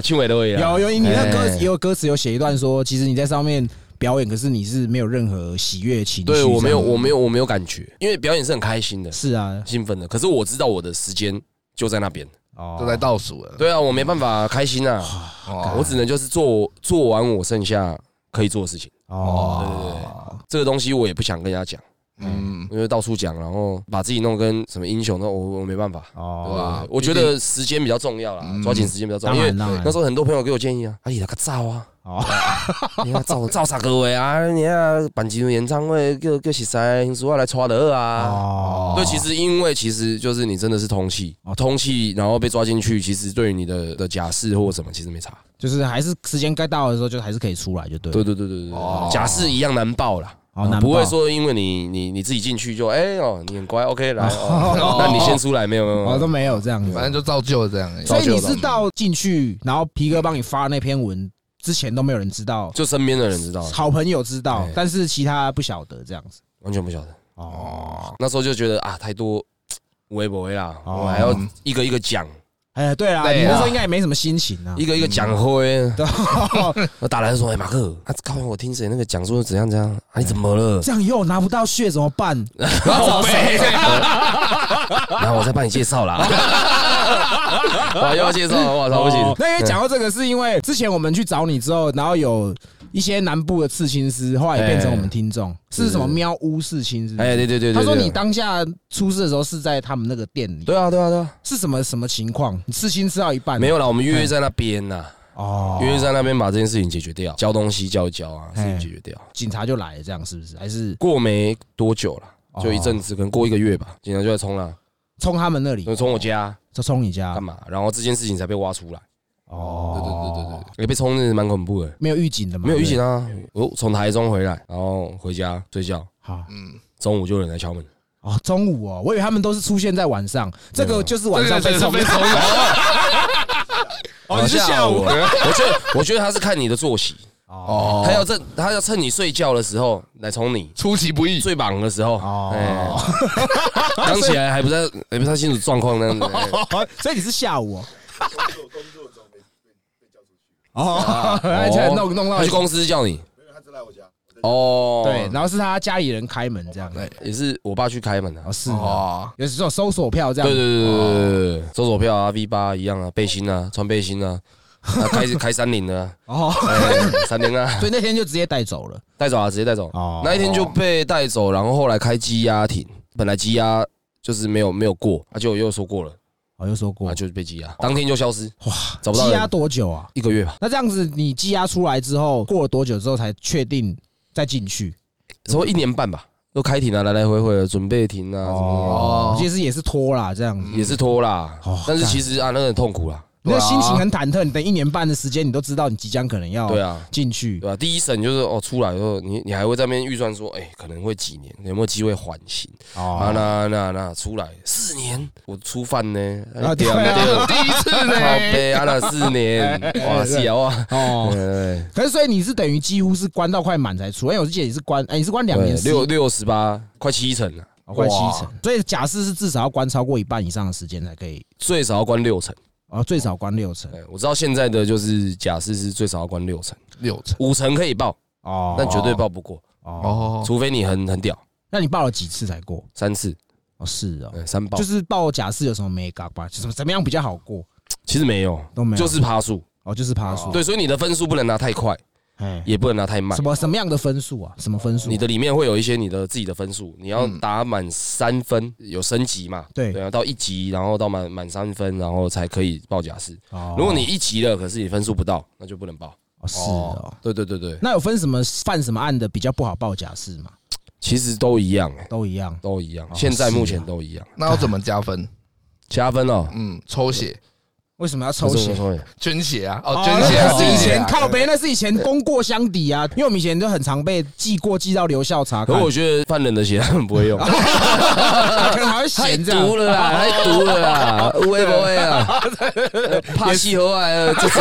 Speaker 5: 唱袂落去啊
Speaker 4: 有。有你那歌
Speaker 5: 哎
Speaker 4: 也有歌词有写一段说，其实你在上面表演，可是你是没有任何喜悦情绪这
Speaker 5: 对
Speaker 4: 样。
Speaker 5: 我没有，我没有，我没有感觉，因为表演是很开心的、
Speaker 4: 是啊，
Speaker 5: 兴奋的。可是我知道我的时间就在那边。
Speaker 6: 都在倒数了，
Speaker 5: 对啊，我没办法开心啊，我只能就是做做完我剩下可以做的事情。哦，对对对，这个东西我也不想跟人家讲，
Speaker 6: 嗯，
Speaker 5: 因为到处讲，然后把自己弄跟什么英雄，那我我没办法。
Speaker 4: 哦，嗯
Speaker 5: 哇，我觉得时间比当然时间比较重要啦，抓紧时间比较重
Speaker 4: 当
Speaker 5: 要。因
Speaker 4: 然
Speaker 5: 为
Speaker 4: 当然
Speaker 5: 那时候很多朋友给我建议啊，啊，你那个照啊，
Speaker 4: 哦，
Speaker 5: 你看照照啥各位啊？你看办几场演唱会，叫叫实在兄叔啊来抓的啊。
Speaker 4: 哦，
Speaker 5: 对，其实因为其实就是你真的是通气，通气，然后被抓进去，其实对于你的的假释或什么，其实没差。
Speaker 4: 就是还是时间该到的时候，就还是可以出来，就对了。
Speaker 5: 对对对对对对，假释一样难报啦。
Speaker 4: 哦难报
Speaker 5: 不会说因为你你你自己进去就哎哦你很乖 OK 来，哦那你先出来没有没有没
Speaker 4: 哦，
Speaker 5: 有
Speaker 4: 都没有这样子。
Speaker 6: 反正就照旧这样而已。
Speaker 4: 所以你是到进去，然后皮哥帮你发那篇文之前都没有人知道，
Speaker 5: 就哎身边的人知道，
Speaker 4: 好朋友知道，但是其他不晓得这样子。
Speaker 5: 完全不晓得。
Speaker 4: 哦，
Speaker 5: 那时候就觉得啊太多无微不微啦，
Speaker 4: 哦
Speaker 5: 我还要一个一个讲，
Speaker 4: 哎，对啦，
Speaker 6: 对啊
Speaker 4: 你那时候应该也没什么心情啊
Speaker 5: 一。个一个讲 灰。
Speaker 4: 对
Speaker 5: 我打来就说：“哎、马 克，啊，靠！我听谁那个讲说怎样怎样啊？
Speaker 4: 哎
Speaker 5: 你怎么了
Speaker 4: 这样以后拿不到血怎么办？
Speaker 6: 靠背，？”
Speaker 5: 然后我再帮你介绍啦。 我又要介绍，我操，不行
Speaker 4: 哦！那因为讲到这个，是因为之前我们去找你之后，然后有一些南部的刺青师，后来也变成我们听众，是什么喵屋刺青师？
Speaker 5: 哎，对对对对，
Speaker 4: 他说
Speaker 5: 对
Speaker 4: 你当下出事的时候是在他们那个店里，
Speaker 5: 对啊对啊对啊，
Speaker 4: 是什么什么情况？你刺青吃到一半
Speaker 5: 没有啦，我们约在那边呐，
Speaker 4: 哎哦，
Speaker 5: 约在那边把这件事情解决掉，交东西交一交啊，事
Speaker 4: 哎
Speaker 5: 情解决掉。
Speaker 4: 警察就来了，这样是不是？还是
Speaker 5: 过没多久了，就一阵子，可能过一个月吧，警察就在冲了，
Speaker 4: 冲他们那里
Speaker 5: 就，冲我家
Speaker 4: 就冲你家
Speaker 5: 干嘛？然后这件事情才被挖出来，
Speaker 4: 哦，
Speaker 5: 对对对对，也被冲的蛮恐怖的。
Speaker 4: 没有预警的吗？
Speaker 5: 没有预警
Speaker 4: 的，
Speaker 5: 啊！我从台中回来，然后回家睡觉，
Speaker 4: 好
Speaker 5: 中午就有人来敲门。
Speaker 4: 哦，中午哦，我以为他们都是出现在晚上，这个就是晚
Speaker 6: 这
Speaker 4: 上
Speaker 6: 个
Speaker 4: 被
Speaker 6: 真是
Speaker 4: 冲
Speaker 6: 被冲的，
Speaker 5: 哦，你是下午？我觉得，我觉得他是看你的作息 哦，他要趁他要趁你睡觉的时候来冲你，
Speaker 6: 出其不意。
Speaker 5: 最忙的时候
Speaker 4: 哦
Speaker 5: 哎，刚起来还不太还不太清楚状况那样子。哎
Speaker 4: 哦，所以你是下午哦。哦，而且弄弄到
Speaker 5: 他去公司叫你，哦，
Speaker 4: 对，然后是他家里人开门这样，对，
Speaker 5: 也是我爸去开门的啊
Speaker 4: 哦。是哦，有这种搜索票这样，
Speaker 5: 对对对对对对对，搜索票啊，V 八一样啊，背心啊，穿背心啊，啊开 开三菱的啊，
Speaker 4: 哦，
Speaker 5: 哎三菱啊。
Speaker 4: 所以那天就直接带走了，
Speaker 5: 带走啊，直接带走。
Speaker 4: 哦
Speaker 5: 那一天就被带走，然后后来开羁押庭，本来羁押就是没有没有过，啊，就又说过了，
Speaker 4: 我就哦说过
Speaker 5: 啊，，就是被羁押，当天就消失，哇，找不到
Speaker 4: 积压
Speaker 5: 人，
Speaker 4: 多久啊？
Speaker 5: 一个月吧，
Speaker 4: 那这样子，你积压出来之后，过了多久之后才确定再进去？
Speaker 5: 差不多一年半吧，都开庭了，来来回回的准备庭啊，什么
Speaker 4: 哦，其实也是拖啦，这样子
Speaker 5: 的，也是拖啦
Speaker 4: 哦，
Speaker 5: 但是其实啊，那个很痛苦啦，
Speaker 4: 你的心情很忐忑。你等一年半的时间，你都知道你即将可能要
Speaker 5: 对啊
Speaker 4: 进去
Speaker 5: 对吧？第一审就是哦，出来以后，你你还会在那边预算说，哎，可能会几年，有没有机会缓刑啊？
Speaker 4: 哦，
Speaker 5: 那那那出来四年，我初犯呢？哎
Speaker 4: 啊对啊
Speaker 6: 第一次
Speaker 5: 靠
Speaker 6: 呢，
Speaker 5: 背啊，那四年，哇，是 啊，哇，
Speaker 4: 哦，
Speaker 5: 对
Speaker 4: 可是所以你是等于几乎是关到快满才出，因为我之前也是关，哎，你是关两年
Speaker 5: 对，
Speaker 4: 四
Speaker 5: 六六十八，快七成了，
Speaker 4: 哦快七成，所以假释是至少要关超过一半以上的时间才可以，
Speaker 5: 最少要关六成。
Speaker 4: 哦，最少关六成
Speaker 5: 哎，我知道现在的就是假释是最少要关六成，
Speaker 6: 六成
Speaker 5: 五成可以报，
Speaker 4: 哦，
Speaker 5: 但绝对报不过，
Speaker 4: 哦，
Speaker 6: 哦，
Speaker 5: 除非你很很屌，
Speaker 4: 那你报了几次才过？
Speaker 5: 三次，
Speaker 4: 哦，是哦，
Speaker 5: 嗯，三报
Speaker 4: 就。是报假释有什么没搞吧？就什么怎么样比较好过？
Speaker 5: 其实没有
Speaker 4: 都没，有
Speaker 5: 就是趴数。
Speaker 4: 哦，就是爬树，
Speaker 5: 对，所以你的分数不能拿太快，
Speaker 4: 哎，
Speaker 5: 也不能拿太慢
Speaker 4: 什。么什么样的分数啊？什么分数？
Speaker 5: 你的里面会有一些你的自己的分数，你要打满三分，有升级嘛？
Speaker 4: 嗯对
Speaker 5: 对啊，到一级，然后到满满三分，然后才可以报假释。
Speaker 4: 哦
Speaker 5: 如果你一级了，可是你分数不到，那就不能报。
Speaker 4: 哦是哦，
Speaker 5: 对对对对，
Speaker 4: 那有分什么犯什么案的比较不好报假释吗？
Speaker 5: 其实都一样哎。
Speaker 4: 都一样。
Speaker 5: 都一样，
Speaker 4: 哦
Speaker 5: 现在目
Speaker 4: 是啊
Speaker 5: 前都一样。
Speaker 6: 那要怎么加分？
Speaker 5: 加分哦，
Speaker 6: 嗯，抽血、
Speaker 4: 为什么要抽
Speaker 5: 不是
Speaker 4: 血？
Speaker 5: 抽血，
Speaker 6: 捐血啊，哦，
Speaker 4: 哦
Speaker 6: 捐血
Speaker 4: 那
Speaker 6: 啊，
Speaker 4: 是以前
Speaker 6: 捐血啊
Speaker 4: 靠背，那是以前功过相抵啊，因为我们以前就很常被记过，记到留校查
Speaker 5: 可
Speaker 4: 看，
Speaker 5: 我觉得犯人的血他们不会 用，
Speaker 4: 可能还会
Speaker 5: 太
Speaker 4: 闲这样
Speaker 5: 毒。了啦， 太毒了 啦，会不会啊？怕气候癌了，啊呃这是。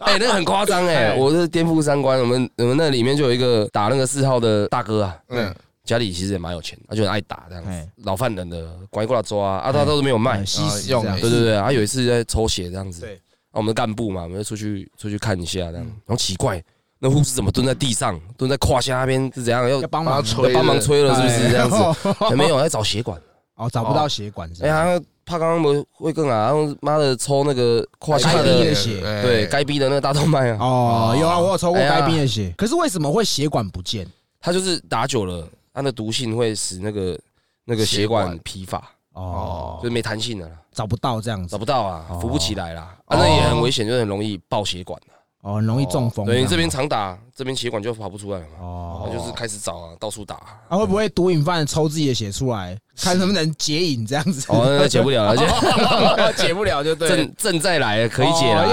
Speaker 5: 哎，那个很夸张哎，我是颠覆三观。我们我们那里面就有一个打那个四号的大哥啊，嗯
Speaker 6: 嗯，
Speaker 5: 家里其实也蛮有钱，他就很爱打这样子
Speaker 4: 哎，
Speaker 5: 老犯人的拐过来抓啊，啊他都没有卖
Speaker 4: 哎，吸食这
Speaker 6: 用
Speaker 4: 样
Speaker 6: 哎
Speaker 5: 对对对，他有一次在抽血这样子，
Speaker 4: 对
Speaker 5: 啊，我们的干部嘛，我们就出去出去看一下这样，然后奇怪，那护士怎么蹲在地上，蹲在胯下那边是怎样？要
Speaker 4: 要帮
Speaker 6: 帮他
Speaker 4: 忙
Speaker 6: 吹，
Speaker 5: 帮忙吹了是不是
Speaker 4: 哎
Speaker 5: 这样 子？还没有，在找血管，
Speaker 4: 哦，找不到血管是
Speaker 5: 哎
Speaker 4: 吧？
Speaker 5: 呀，怕刚刚没会更啊，然后妈的抽那个胯下
Speaker 4: 该逼的
Speaker 5: 的，
Speaker 4: 血
Speaker 6: 哎
Speaker 5: 对该逼的那个大动脉啊，
Speaker 4: 哦，有啊，我有抽过
Speaker 5: 哎呀
Speaker 4: 该兵的血，可是为什么会血管不见？
Speaker 5: 他就是打久了，他的毒性会使那个那个血管疲乏，
Speaker 4: 哦，
Speaker 5: 就是没弹性了啦，
Speaker 4: 找不到这样子
Speaker 5: 找不到啊，扶不起来啦，啊，那也很危险，就很容易爆血管啊
Speaker 4: 哦，很容易中风。
Speaker 5: 对你
Speaker 4: 样
Speaker 5: 这边常打，这边血管就跑不出来了嘛，
Speaker 4: 哦，
Speaker 5: 那就是开始找啊，到处打。
Speaker 4: 他会不会毒瘾犯抽自己的血出来，看能不能解瘾这样子？
Speaker 5: 哦，那解不了 了，
Speaker 4: 了，解不了就对了。
Speaker 5: 正正在来可以解了，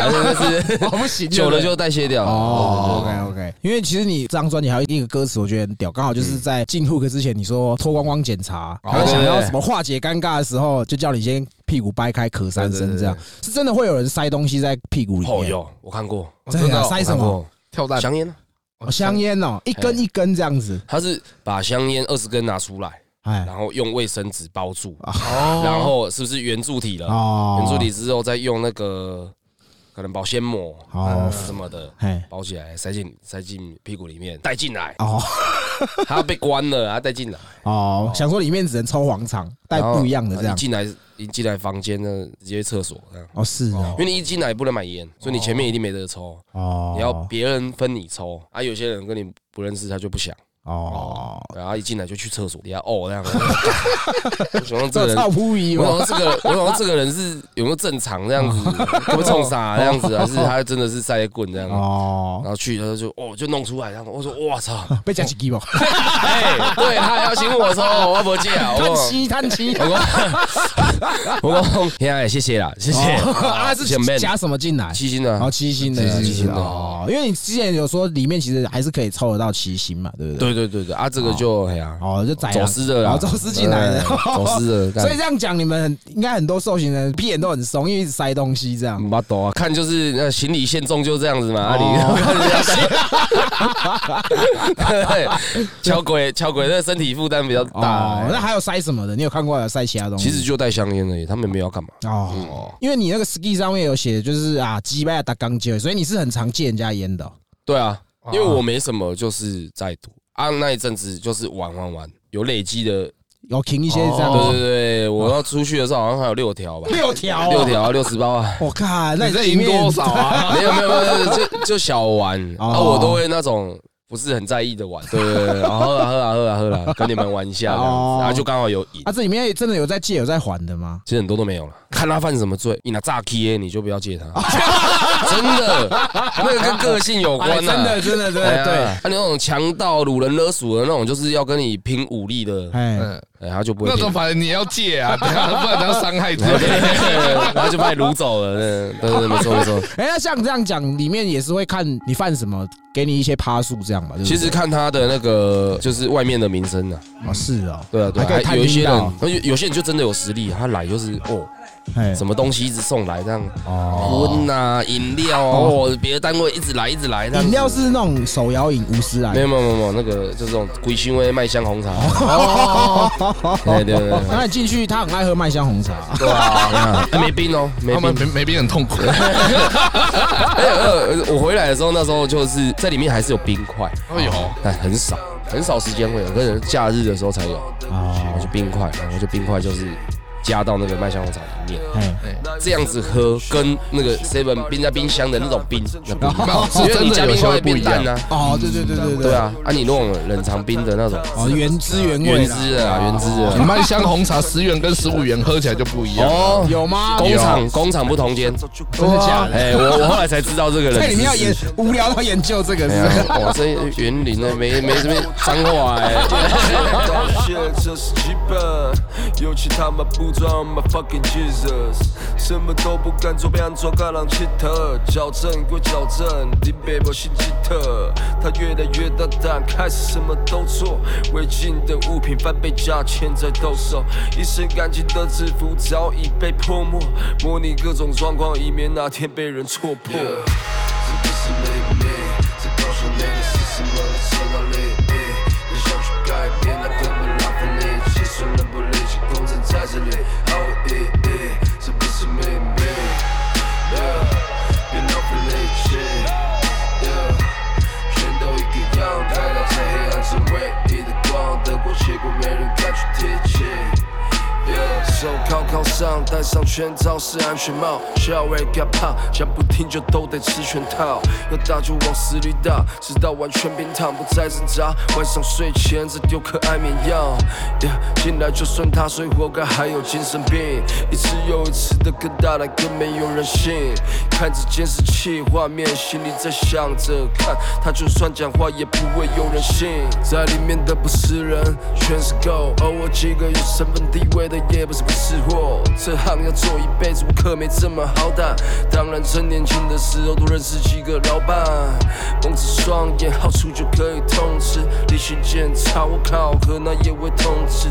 Speaker 5: 但
Speaker 6: 不
Speaker 5: 是
Speaker 6: 行
Speaker 5: 久了就代谢掉。
Speaker 4: 哦，OK OK，因为其实你这张专辑还有一个歌词，我觉得很屌，刚好
Speaker 5: 嗯
Speaker 4: 就是在进 hook 之前，你说脱光光检查，
Speaker 5: 哦
Speaker 4: 然后想要什么化解尴尬的时候，就叫你先屁股掰开咳三声，这样是真的会有人塞东西在屁股里
Speaker 5: 哦，
Speaker 4: 面，
Speaker 5: 有我看过，
Speaker 4: 真的啊
Speaker 6: 我
Speaker 4: 塞什
Speaker 5: 看
Speaker 4: 么
Speaker 5: 过
Speaker 6: 跳蛋，
Speaker 5: 香烟呢？
Speaker 4: 哦香烟哦，一根一根这样子，
Speaker 5: 他是把香烟二十根拿出来，
Speaker 4: 哎
Speaker 5: 然后用卫生纸包住，然后是不是圆柱体了？
Speaker 4: 哦，
Speaker 5: 圆柱体之后再用那个可能保鲜膜
Speaker 4: 哦
Speaker 5: 啊什么的
Speaker 4: 嘿
Speaker 5: 包起来，塞进塞进屁股里面带进来。
Speaker 4: 哦
Speaker 5: 他被关了，他带进来，
Speaker 4: 哦，想说里面只能抽黄肠，带
Speaker 5: 然后啊
Speaker 4: 不一样的这
Speaker 5: 一
Speaker 4: 样，
Speaker 5: 进来一进来房间呢，直接厕所这样。
Speaker 4: 哦是哦
Speaker 5: 因为你一进来不能买烟，所以你前面一定没得抽，
Speaker 4: 哦
Speaker 5: 你要别人分你抽啊。有些人跟你不认识，他就不想，
Speaker 4: 哦，
Speaker 5: 然啊后一进来就去厕所底下哦这样。 我想说这个
Speaker 4: 这
Speaker 5: 人
Speaker 4: 超扑一
Speaker 5: 我
Speaker 4: 哦，
Speaker 5: 想说这个，我想说这个人是有没有正常这样子，会不会冲傻这样子，啊还是他真的是塞棍这样？
Speaker 4: 哦
Speaker 5: 然后去他就哦就弄出来这样，我说我操，
Speaker 4: 被夹起鸡吧，
Speaker 5: 哎，对他还要请 我抽，我不借啊，
Speaker 4: 叹
Speaker 5: 我
Speaker 4: 息叹息。
Speaker 5: 我我天啊，谢谢啦，谢谢
Speaker 4: 啊，是
Speaker 5: 谢谢哦 man
Speaker 4: 加什么进来？
Speaker 5: 七星的
Speaker 4: 然后，七星的，
Speaker 5: 七星的
Speaker 4: 哦，因为你之前有说里面其实还是可以抽得到七星嘛，对不对？对，
Speaker 5: 对对对对啊，这个就哎呀，
Speaker 4: 哦，就宰
Speaker 5: 走
Speaker 4: 了
Speaker 5: 私的啦，
Speaker 4: 哦走私进来的，
Speaker 5: 哎走私的，干
Speaker 4: 所以这样讲，你们很应该很多受刑人屁眼都很松，因为一直塞东西这样。
Speaker 5: 没懂啊，看就是那行李限重就这样子嘛，啊阿
Speaker 4: 哦
Speaker 5: 里敲鬼敲鬼，那身体负担比较大哎欸
Speaker 4: 哦，。那还有塞什么的？你有看过有塞其他东西？
Speaker 5: 其实就带香烟而已，他们没有要干嘛。
Speaker 4: 哦，因为你那个 ski 上面有写，就是啊，击败打钢筋，所以你是很常借人家烟的哦。
Speaker 5: 对啊，因为我没什么，就是在赌啊。那一阵子就是玩玩玩，有累积的。
Speaker 4: 有停一些这样
Speaker 5: 对
Speaker 4: 子
Speaker 5: 对对，我要出去的时候好像还有六条吧，
Speaker 4: 哦六条哦，
Speaker 5: 六条六十八啊。
Speaker 4: 我靠，那
Speaker 6: 你
Speaker 4: 你
Speaker 6: 这
Speaker 4: 里
Speaker 6: 赢
Speaker 4: 面
Speaker 6: 多少？啊？
Speaker 5: 没有没有没有，就就小玩
Speaker 4: 哦
Speaker 5: 啊，我都会那种不是很在意的玩。对对对，然后喝啊喝啊喝啊喝啊，跟你们玩一下这样
Speaker 4: 哦
Speaker 5: 子，然后就刚好有瘾
Speaker 4: 啊，。这里面真的有在借有在还的吗？
Speaker 5: 其实很多都没有了，看他犯什么罪，你拿炸 K 你就不要借他，真的，那个跟个性有关
Speaker 4: 哎
Speaker 5: 啊，
Speaker 4: 真的真的对
Speaker 5: 哎呀
Speaker 4: 对，
Speaker 5: 他那种强盗、掳人勒索的那种，就是要跟你拼武力的，
Speaker 4: 哎，
Speaker 5: 哎，他就不会
Speaker 6: 那
Speaker 5: 拼
Speaker 6: 种，反正你要戒啊，等下不然等下伤害自
Speaker 5: 对
Speaker 6: 己。
Speaker 5: 对然后就把你掳走了，对对对，没错没错。
Speaker 4: 哎，那像这样讲，里面也是会看你犯什么，给你一些趴数这样吧。对不对
Speaker 5: 其实看他的那个就是外面的名声啊，
Speaker 4: 哦是哦，
Speaker 5: 对啊对
Speaker 4: 还可以
Speaker 5: 啊，还有
Speaker 4: 探
Speaker 5: 一些
Speaker 4: 听到
Speaker 5: 人，有有些人就真的有实力，他来就是哦，
Speaker 4: 哎
Speaker 5: 什么东西一直送来这样，
Speaker 4: 哦，
Speaker 5: 荤啊、饮料啊哦，别的单位一直来一直来，这样子
Speaker 4: 饮料是那种手摇饮，无私来
Speaker 5: 没。有没有没有没有，那个就是这种鬼新威麦香红茶。
Speaker 4: 哦
Speaker 5: 对对对对
Speaker 4: 那你进去，他很爱喝麦香红茶。
Speaker 5: 对啊，哎没冰哦，没
Speaker 6: 他们
Speaker 5: 冰。
Speaker 6: 没没病很痛苦，
Speaker 5: 哎呃，我回来的时候，那时候就是在里面还是有冰块，
Speaker 6: 哎呦，
Speaker 5: 但很少，很少时间会有，可能假日的时候才有。然后
Speaker 4: 哦，
Speaker 5: 就冰块，然后就冰块就是加到那个麦香红茶里面，
Speaker 4: 哎，
Speaker 5: 这样子喝跟那个 seven 冰在冰箱的那种冰，那不一样
Speaker 6: 是
Speaker 5: 因为你
Speaker 6: 真的
Speaker 5: 加
Speaker 6: 有
Speaker 5: 冰
Speaker 6: 时
Speaker 5: 块
Speaker 6: 候
Speaker 5: 会
Speaker 6: 不
Speaker 5: 变
Speaker 6: 一
Speaker 5: 淡
Speaker 6: 样
Speaker 5: 呐。。
Speaker 4: 哦，对对对对
Speaker 5: 对，啊，啊你那种冷藏冰的那种
Speaker 4: 哦，原汁原味
Speaker 5: 原
Speaker 4: 啦。
Speaker 5: 汁的啊，原汁的啊。
Speaker 6: 麦哦香红茶十元跟十五元喝起来就不一样。
Speaker 5: 哦，
Speaker 4: 有吗？
Speaker 5: 工厂工厂不同间，
Speaker 4: 真的假的？
Speaker 5: 哎，我我后来才知道这 个人。
Speaker 4: 在里面要研无聊到研究这个
Speaker 5: 哎
Speaker 4: 是不是
Speaker 5: 呀，哇，这园林呢没没什么脏话哎。
Speaker 7: 感谢这是基本，尤其他妈不装 my fucking Jesus，什么都不敢做，被安装个人乞特，矫正归矫正，你别不信吉特，他越来越大胆，开始什么都做，违禁的物品翻倍价钱在兜售，一身干净的制服早已被泼墨，模拟各种状况，以免哪天被人戳破。这不是美丽，这告诉你的是什么的受到利益。你想去改变，那根本浪费力气，虽然不力气，公正在这里毫无意义。这不是秘密，yeah，别浪费力气，yeah，全都一个样，带到这黑暗中唯一的光，得过且过，没人敢去提起。Yeah，手铐高高上，戴上全罩式安全帽，笑为嘎胖，讲不听就都得吃全套，要打就往死里打，直到完全变躺，不再挣扎。晚上睡前再丢颗安眠药，yeah, 进来就算他睡，活该还有精神病，一次又一次的更大来更没有人性，看着监视器画面，心里在想着，看他就算讲话也不会有人信，在里面的不是人，全是狗，偶尔几个有身份地位的也不是不是货，这行要做一辈子，我可没这么好打。当然，趁年轻的时候多认识几个老板，蒙着双眼，好处就可以通吃，例行检查我考核那也会通知，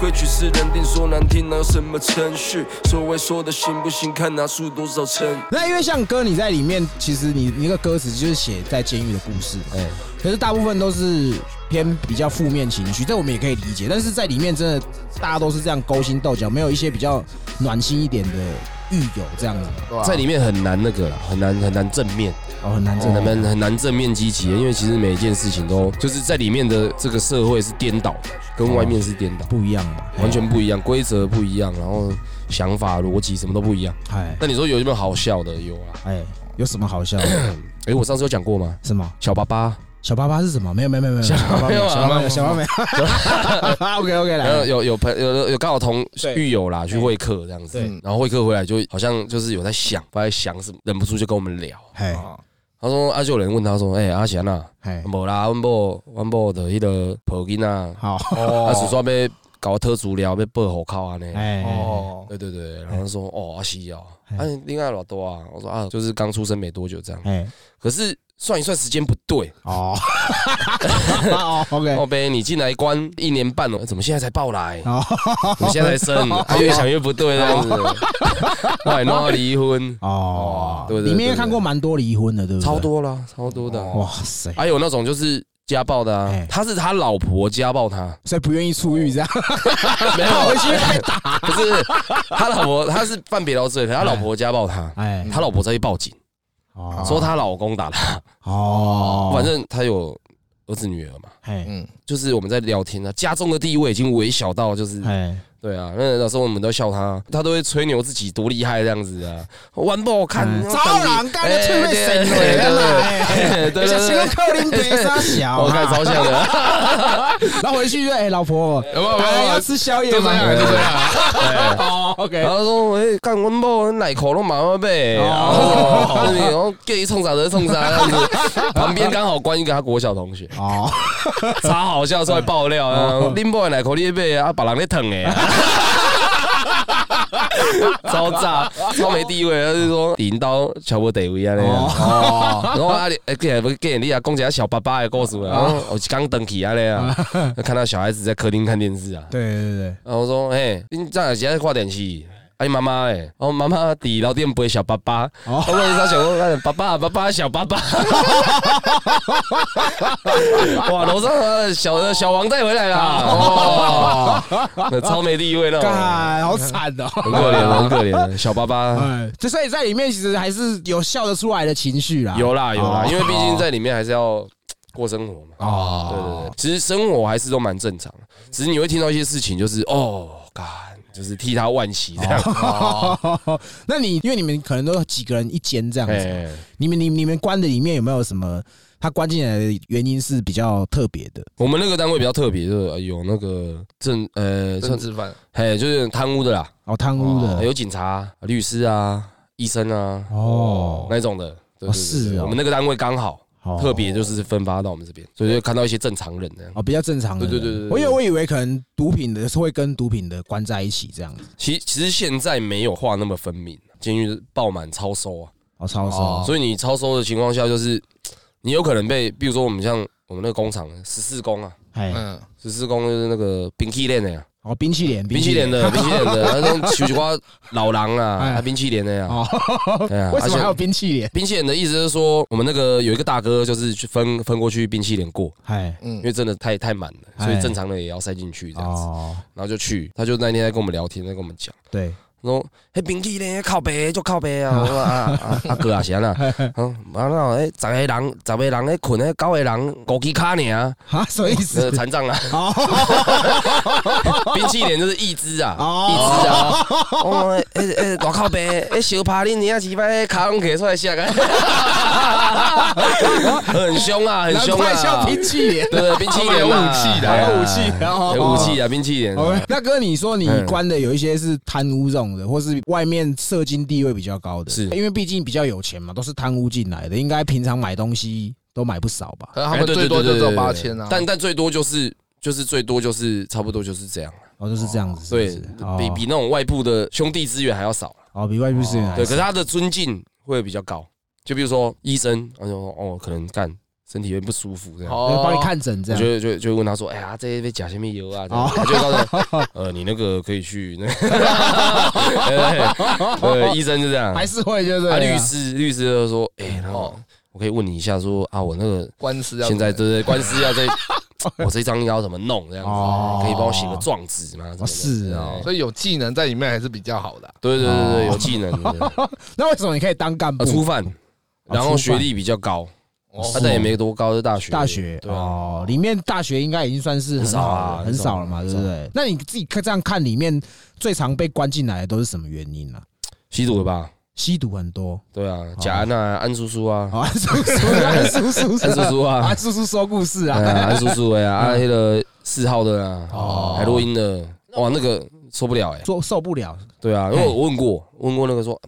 Speaker 7: 规矩是人定，说难听哪有什么程序，所谓说的行不行，看拿出多少成
Speaker 4: 那因为像歌，你在里面其实你你那个歌词就是写在监狱的故事，哎、可是大部分都是偏比较负面情绪，这我们也可以理解。但是在里面真的大家都是这样勾心斗角，没有一些比较暖心一点的狱友这样子，
Speaker 5: 在里面很难那个啦，很难很难正面，
Speaker 4: 哦，很难真的
Speaker 5: 很难很难正面积极，因为其实每一件事情都就是在里面的这个社会是颠倒的，跟外面是颠倒，
Speaker 4: 不一样嘛，哎
Speaker 5: 完全不一样，规则不一样，然后想法逻辑什么都不一样。
Speaker 4: 哎
Speaker 5: 那你说有没有好笑的？有啊，
Speaker 4: 哎，有什么好笑？的？
Speaker 5: 诶，我上次有讲过吗？
Speaker 4: 什么
Speaker 5: 小巴巴，
Speaker 4: 小巴巴是什么？没有没有没有没有，小巴巴没有小巴巴没有小巴巴没 有。OK OK
Speaker 5: 然后
Speaker 4: 来，
Speaker 5: 呃有有朋有有刚好同
Speaker 4: 对
Speaker 5: 狱友啦去会客这样子
Speaker 4: 对，
Speaker 5: 然后会客回来就好像就是有在想，不知道在想什么，忍不住就跟我们聊。
Speaker 4: 嘿
Speaker 5: 他说啊，就有人问他说，诶，阿贤啊，
Speaker 4: 嘿，
Speaker 5: 无啦，阮某阮某的迄个抱囡仔。
Speaker 4: 好，
Speaker 5: 啊，是说要搞特资料，要报户口安尼。
Speaker 4: 哦哎，
Speaker 6: 哦，
Speaker 5: 对对对，然后他说哦，阿西哦，啊，另外老多啊，我说啊，就是刚出生没多久这样。
Speaker 4: 哎，
Speaker 5: 可是算一算时间不对，
Speaker 4: 哦，哦，OK，
Speaker 5: 哦呗，你进来关一年半哦了，怎么现在才报来？
Speaker 4: 哦，
Speaker 5: 你现在才 生，啊越想越不对这样子，后来弄到 离婚，
Speaker 4: 哦，
Speaker 5: 对对对
Speaker 4: 里面看过蛮多离婚的，对不对？
Speaker 5: 超，多啦，超多的啊。
Speaker 4: 哇塞，
Speaker 5: 还有那种就是家暴的啊
Speaker 4: 哎，
Speaker 5: 他是他老婆家暴他，
Speaker 4: 所以不愿意出狱这样，
Speaker 5: 没有，回去被打。不是他老婆，他是犯别劳罪，可他老婆家暴他，
Speaker 4: 哎，
Speaker 5: 他老婆再去报警，
Speaker 4: 哦
Speaker 5: 说她老公打她。
Speaker 4: 哦，
Speaker 5: 反正嗯她有儿子女儿嘛，
Speaker 4: 哎
Speaker 5: 就是我们在聊天啊，家中的地位已经微小到就是，
Speaker 4: 哎，
Speaker 5: 对啊，那老时候我们都笑她，她都会吹牛自己多厉害这样子啊，玩不好看，
Speaker 4: 嗯超人干的脆被
Speaker 5: 哎
Speaker 4: 神
Speaker 5: 对
Speaker 4: 鬼了嘛，
Speaker 5: 对对对
Speaker 4: 而且
Speaker 5: 对
Speaker 4: 个克林北沙小，啊
Speaker 5: 我看超像的，
Speaker 4: 然后回去就哎，老婆，
Speaker 6: 有没有？
Speaker 4: 哎
Speaker 6: 有
Speaker 4: 要吃宵夜
Speaker 6: 就这
Speaker 4: 吗？
Speaker 6: 样，就这样。
Speaker 4: 哦，OK，
Speaker 5: 然后说哎，干温某奶口都麻麻呗，
Speaker 4: 哦
Speaker 5: 哦，然后 gay 冲啥的冲啥这样子，旁边刚好关一个他国小同学，
Speaker 4: 哦，
Speaker 5: 超好笑出来爆料啊！林波奶口裂背啊，把 人咧疼哎，超炸，超没地位。他就说领导乔无地位啊，哦，然后啊，哎，给不给你啊，讲一下小爸爸的故事啊，然后我刚登起啊嘞啊，看到小孩子在客厅看电视啊，
Speaker 4: 对对对，
Speaker 5: 然后我说，嘿，你这样子在看电视？哎，妈妈哎，哦，妈妈伫老店陪小爸爸，
Speaker 4: 哦
Speaker 5: 我问他想说，哎爸爸爸爸小爸爸， 哇，楼上的小小王带回来啦，哦，那超没地位那种，
Speaker 4: 干，好惨哦。
Speaker 5: 很可怜，很可怜，小爸爸
Speaker 4: 哎，这所以在里面其实还是有笑得出来的情绪啦。
Speaker 5: 有啦有啦，因为毕竟在里面还是要过生活嘛，
Speaker 4: 哦，
Speaker 5: 对对对，其实生活还是都蛮正常的，只是你会听到一些事情，就是哦，干，就是替他惋惜这样，
Speaker 4: 哦 那你因为你们可能都几个人一间这样子，
Speaker 5: 哎。
Speaker 4: 你们你们你们关的里面有没有什么？他关进来的原因是比较特别的
Speaker 5: 我们那个单位比较特别，就是呃有那个政呃，
Speaker 6: 政
Speaker 5: 算
Speaker 6: 治犯，
Speaker 5: 嘿，就是贪污的啦，
Speaker 4: 哦，贪污的
Speaker 5: 有警察、律师啊、医生啊
Speaker 4: 哦，
Speaker 5: 那种的。对
Speaker 4: 哦
Speaker 5: 对对
Speaker 4: 是
Speaker 5: 对
Speaker 4: 哦
Speaker 5: 我们那个单位刚好
Speaker 4: 哦
Speaker 5: 特别就是分发到我们这边，所以就看到一些正常人这样。
Speaker 4: 哦，比较正常的。
Speaker 5: 对对对对对
Speaker 4: 我因为我以为可能毒品的是会跟毒品的关在一起这样子，
Speaker 5: 其其实现在没有划那么分明，监狱爆满超收啊，
Speaker 4: 哦，超收，
Speaker 5: 所以你超收的情况下，就是你有可能被，比如说我们像我们那个工厂十四工啊，
Speaker 4: 哎，
Speaker 6: 嗯，
Speaker 5: 十四工就是那个冰淇淋的呀，
Speaker 4: 哦，冰淇淋，
Speaker 5: 冰淇淋的，冰淇淋 的，那种取瓜老狼
Speaker 4: 哎
Speaker 5: 啊，啊冰淇淋的呀。
Speaker 4: 哦，
Speaker 5: 哎呀
Speaker 4: 为什么还有
Speaker 5: 而且
Speaker 4: 冰淇淋？
Speaker 5: 冰淇淋的意思就是说，我们那个有一个大哥就是去分分过去冰淇淋过，
Speaker 4: 哎，
Speaker 5: 因为真的太太满了，所
Speaker 4: 哎
Speaker 5: 以正常的也要塞进去这样子。
Speaker 4: 哦，
Speaker 5: 然后就去，他就那天在跟我们聊天，在跟我们讲，
Speaker 4: 对，
Speaker 5: 说迄兵器咧靠背就靠背
Speaker 4: 哦
Speaker 5: 啊，我说啊啊啊哥啊是 安那，嗯，完了迄十个人十个人咧困，迄九个人枸杞卡尔，
Speaker 4: 啊，什么意思
Speaker 5: 呃？残障啊，
Speaker 4: 哦，
Speaker 5: 冰淇淋就是一只啊，
Speaker 4: 哦
Speaker 5: 一只啊，哦，诶诶，大靠背，诶哎小拍恁娘几摆卡拢摕出来下个， 很凶啊，很
Speaker 4: 难
Speaker 5: 凶
Speaker 4: 怪
Speaker 5: 啊
Speaker 4: 叫，冰淇淋。
Speaker 5: 对冰淇淋
Speaker 6: 有武
Speaker 5: 啊
Speaker 6: 器的
Speaker 5: 哎呀
Speaker 4: 有武器的哦
Speaker 5: 有武器啊，冰淇淋。
Speaker 4: OK，那哥，你说你关的有一些是贪污这种的，或是外面社经地位比较高的，
Speaker 5: 是
Speaker 4: 因为毕竟比较有钱嘛，都是贪污进来的，应该平常买东西都买不少吧？
Speaker 6: 可呃能他
Speaker 5: 哎
Speaker 6: 们最多就只有八千啊。
Speaker 5: 但但最多就是就是最多就是差不多就是这样，
Speaker 4: 哦，就是这样子，
Speaker 5: 对
Speaker 4: 是不是，哦
Speaker 5: 比比那种外部的兄弟资源还要少，啊
Speaker 4: 哦比外部资源还
Speaker 5: 对，可
Speaker 4: 少
Speaker 5: 是他的尊敬会比较高，就比如说医生，然后就说哦，可能干身体有点不舒服这样。
Speaker 4: 对
Speaker 6: 哦
Speaker 4: 帮你，看诊这
Speaker 5: 我
Speaker 4: 样哦
Speaker 5: 就就就问他说：“哎呀，这杯假什么油啊？”这样他就告诉他：“ 呃，你那个可以去 那个。”对，医生就这样。
Speaker 4: 还是会就是
Speaker 5: 啊，律师律师就说：“哎，然后
Speaker 6: 哦
Speaker 5: 我可以问你一下，说啊，我那个
Speaker 6: 官司要
Speaker 5: 现在对对，官司要 这，我这张要怎么弄这样
Speaker 4: 哦
Speaker 5: 子，可以帮我写个状纸吗？什么的
Speaker 4: 哦是哦
Speaker 6: 所以有技能在里面还是比较好的啊。
Speaker 5: 对对对对，有技能的，
Speaker 4: 那为什么你可以当干部
Speaker 5: 啊，？初犯，
Speaker 4: 嗯啊
Speaker 5: 然
Speaker 4: 初
Speaker 5: 后
Speaker 4: 犯
Speaker 5: 学历比较高，啊
Speaker 6: 哦
Speaker 5: 他但也没多高，是大学
Speaker 4: 大学
Speaker 5: 对啊，
Speaker 4: 哦，里面大学应该已经算是很
Speaker 5: 很少
Speaker 4: 好
Speaker 5: 啊
Speaker 4: 了
Speaker 5: 很
Speaker 4: 很
Speaker 5: 少
Speaker 4: 少了嘛，
Speaker 5: 很
Speaker 4: 对
Speaker 5: 少
Speaker 4: 不对？那你自己看这样看，里面最常被关进来的都是什么原因呢？
Speaker 5: 吸毒了吧？
Speaker 4: 吸毒很多，
Speaker 5: 对啊，
Speaker 4: 哦
Speaker 5: 贾安啊，安叔 叔啊，
Speaker 4: 好，安哦叔叔，安叔叔，
Speaker 5: 安叔叔啊
Speaker 4: 安叔叔说故事啊
Speaker 5: 哎
Speaker 4: 哦
Speaker 5: 呀，安 叔叔哎呀，啊，那个四号的啊，还录音的，哇，那个受不了哎，
Speaker 4: 说受不了，
Speaker 5: 对啊，因为我问过，问过那个说。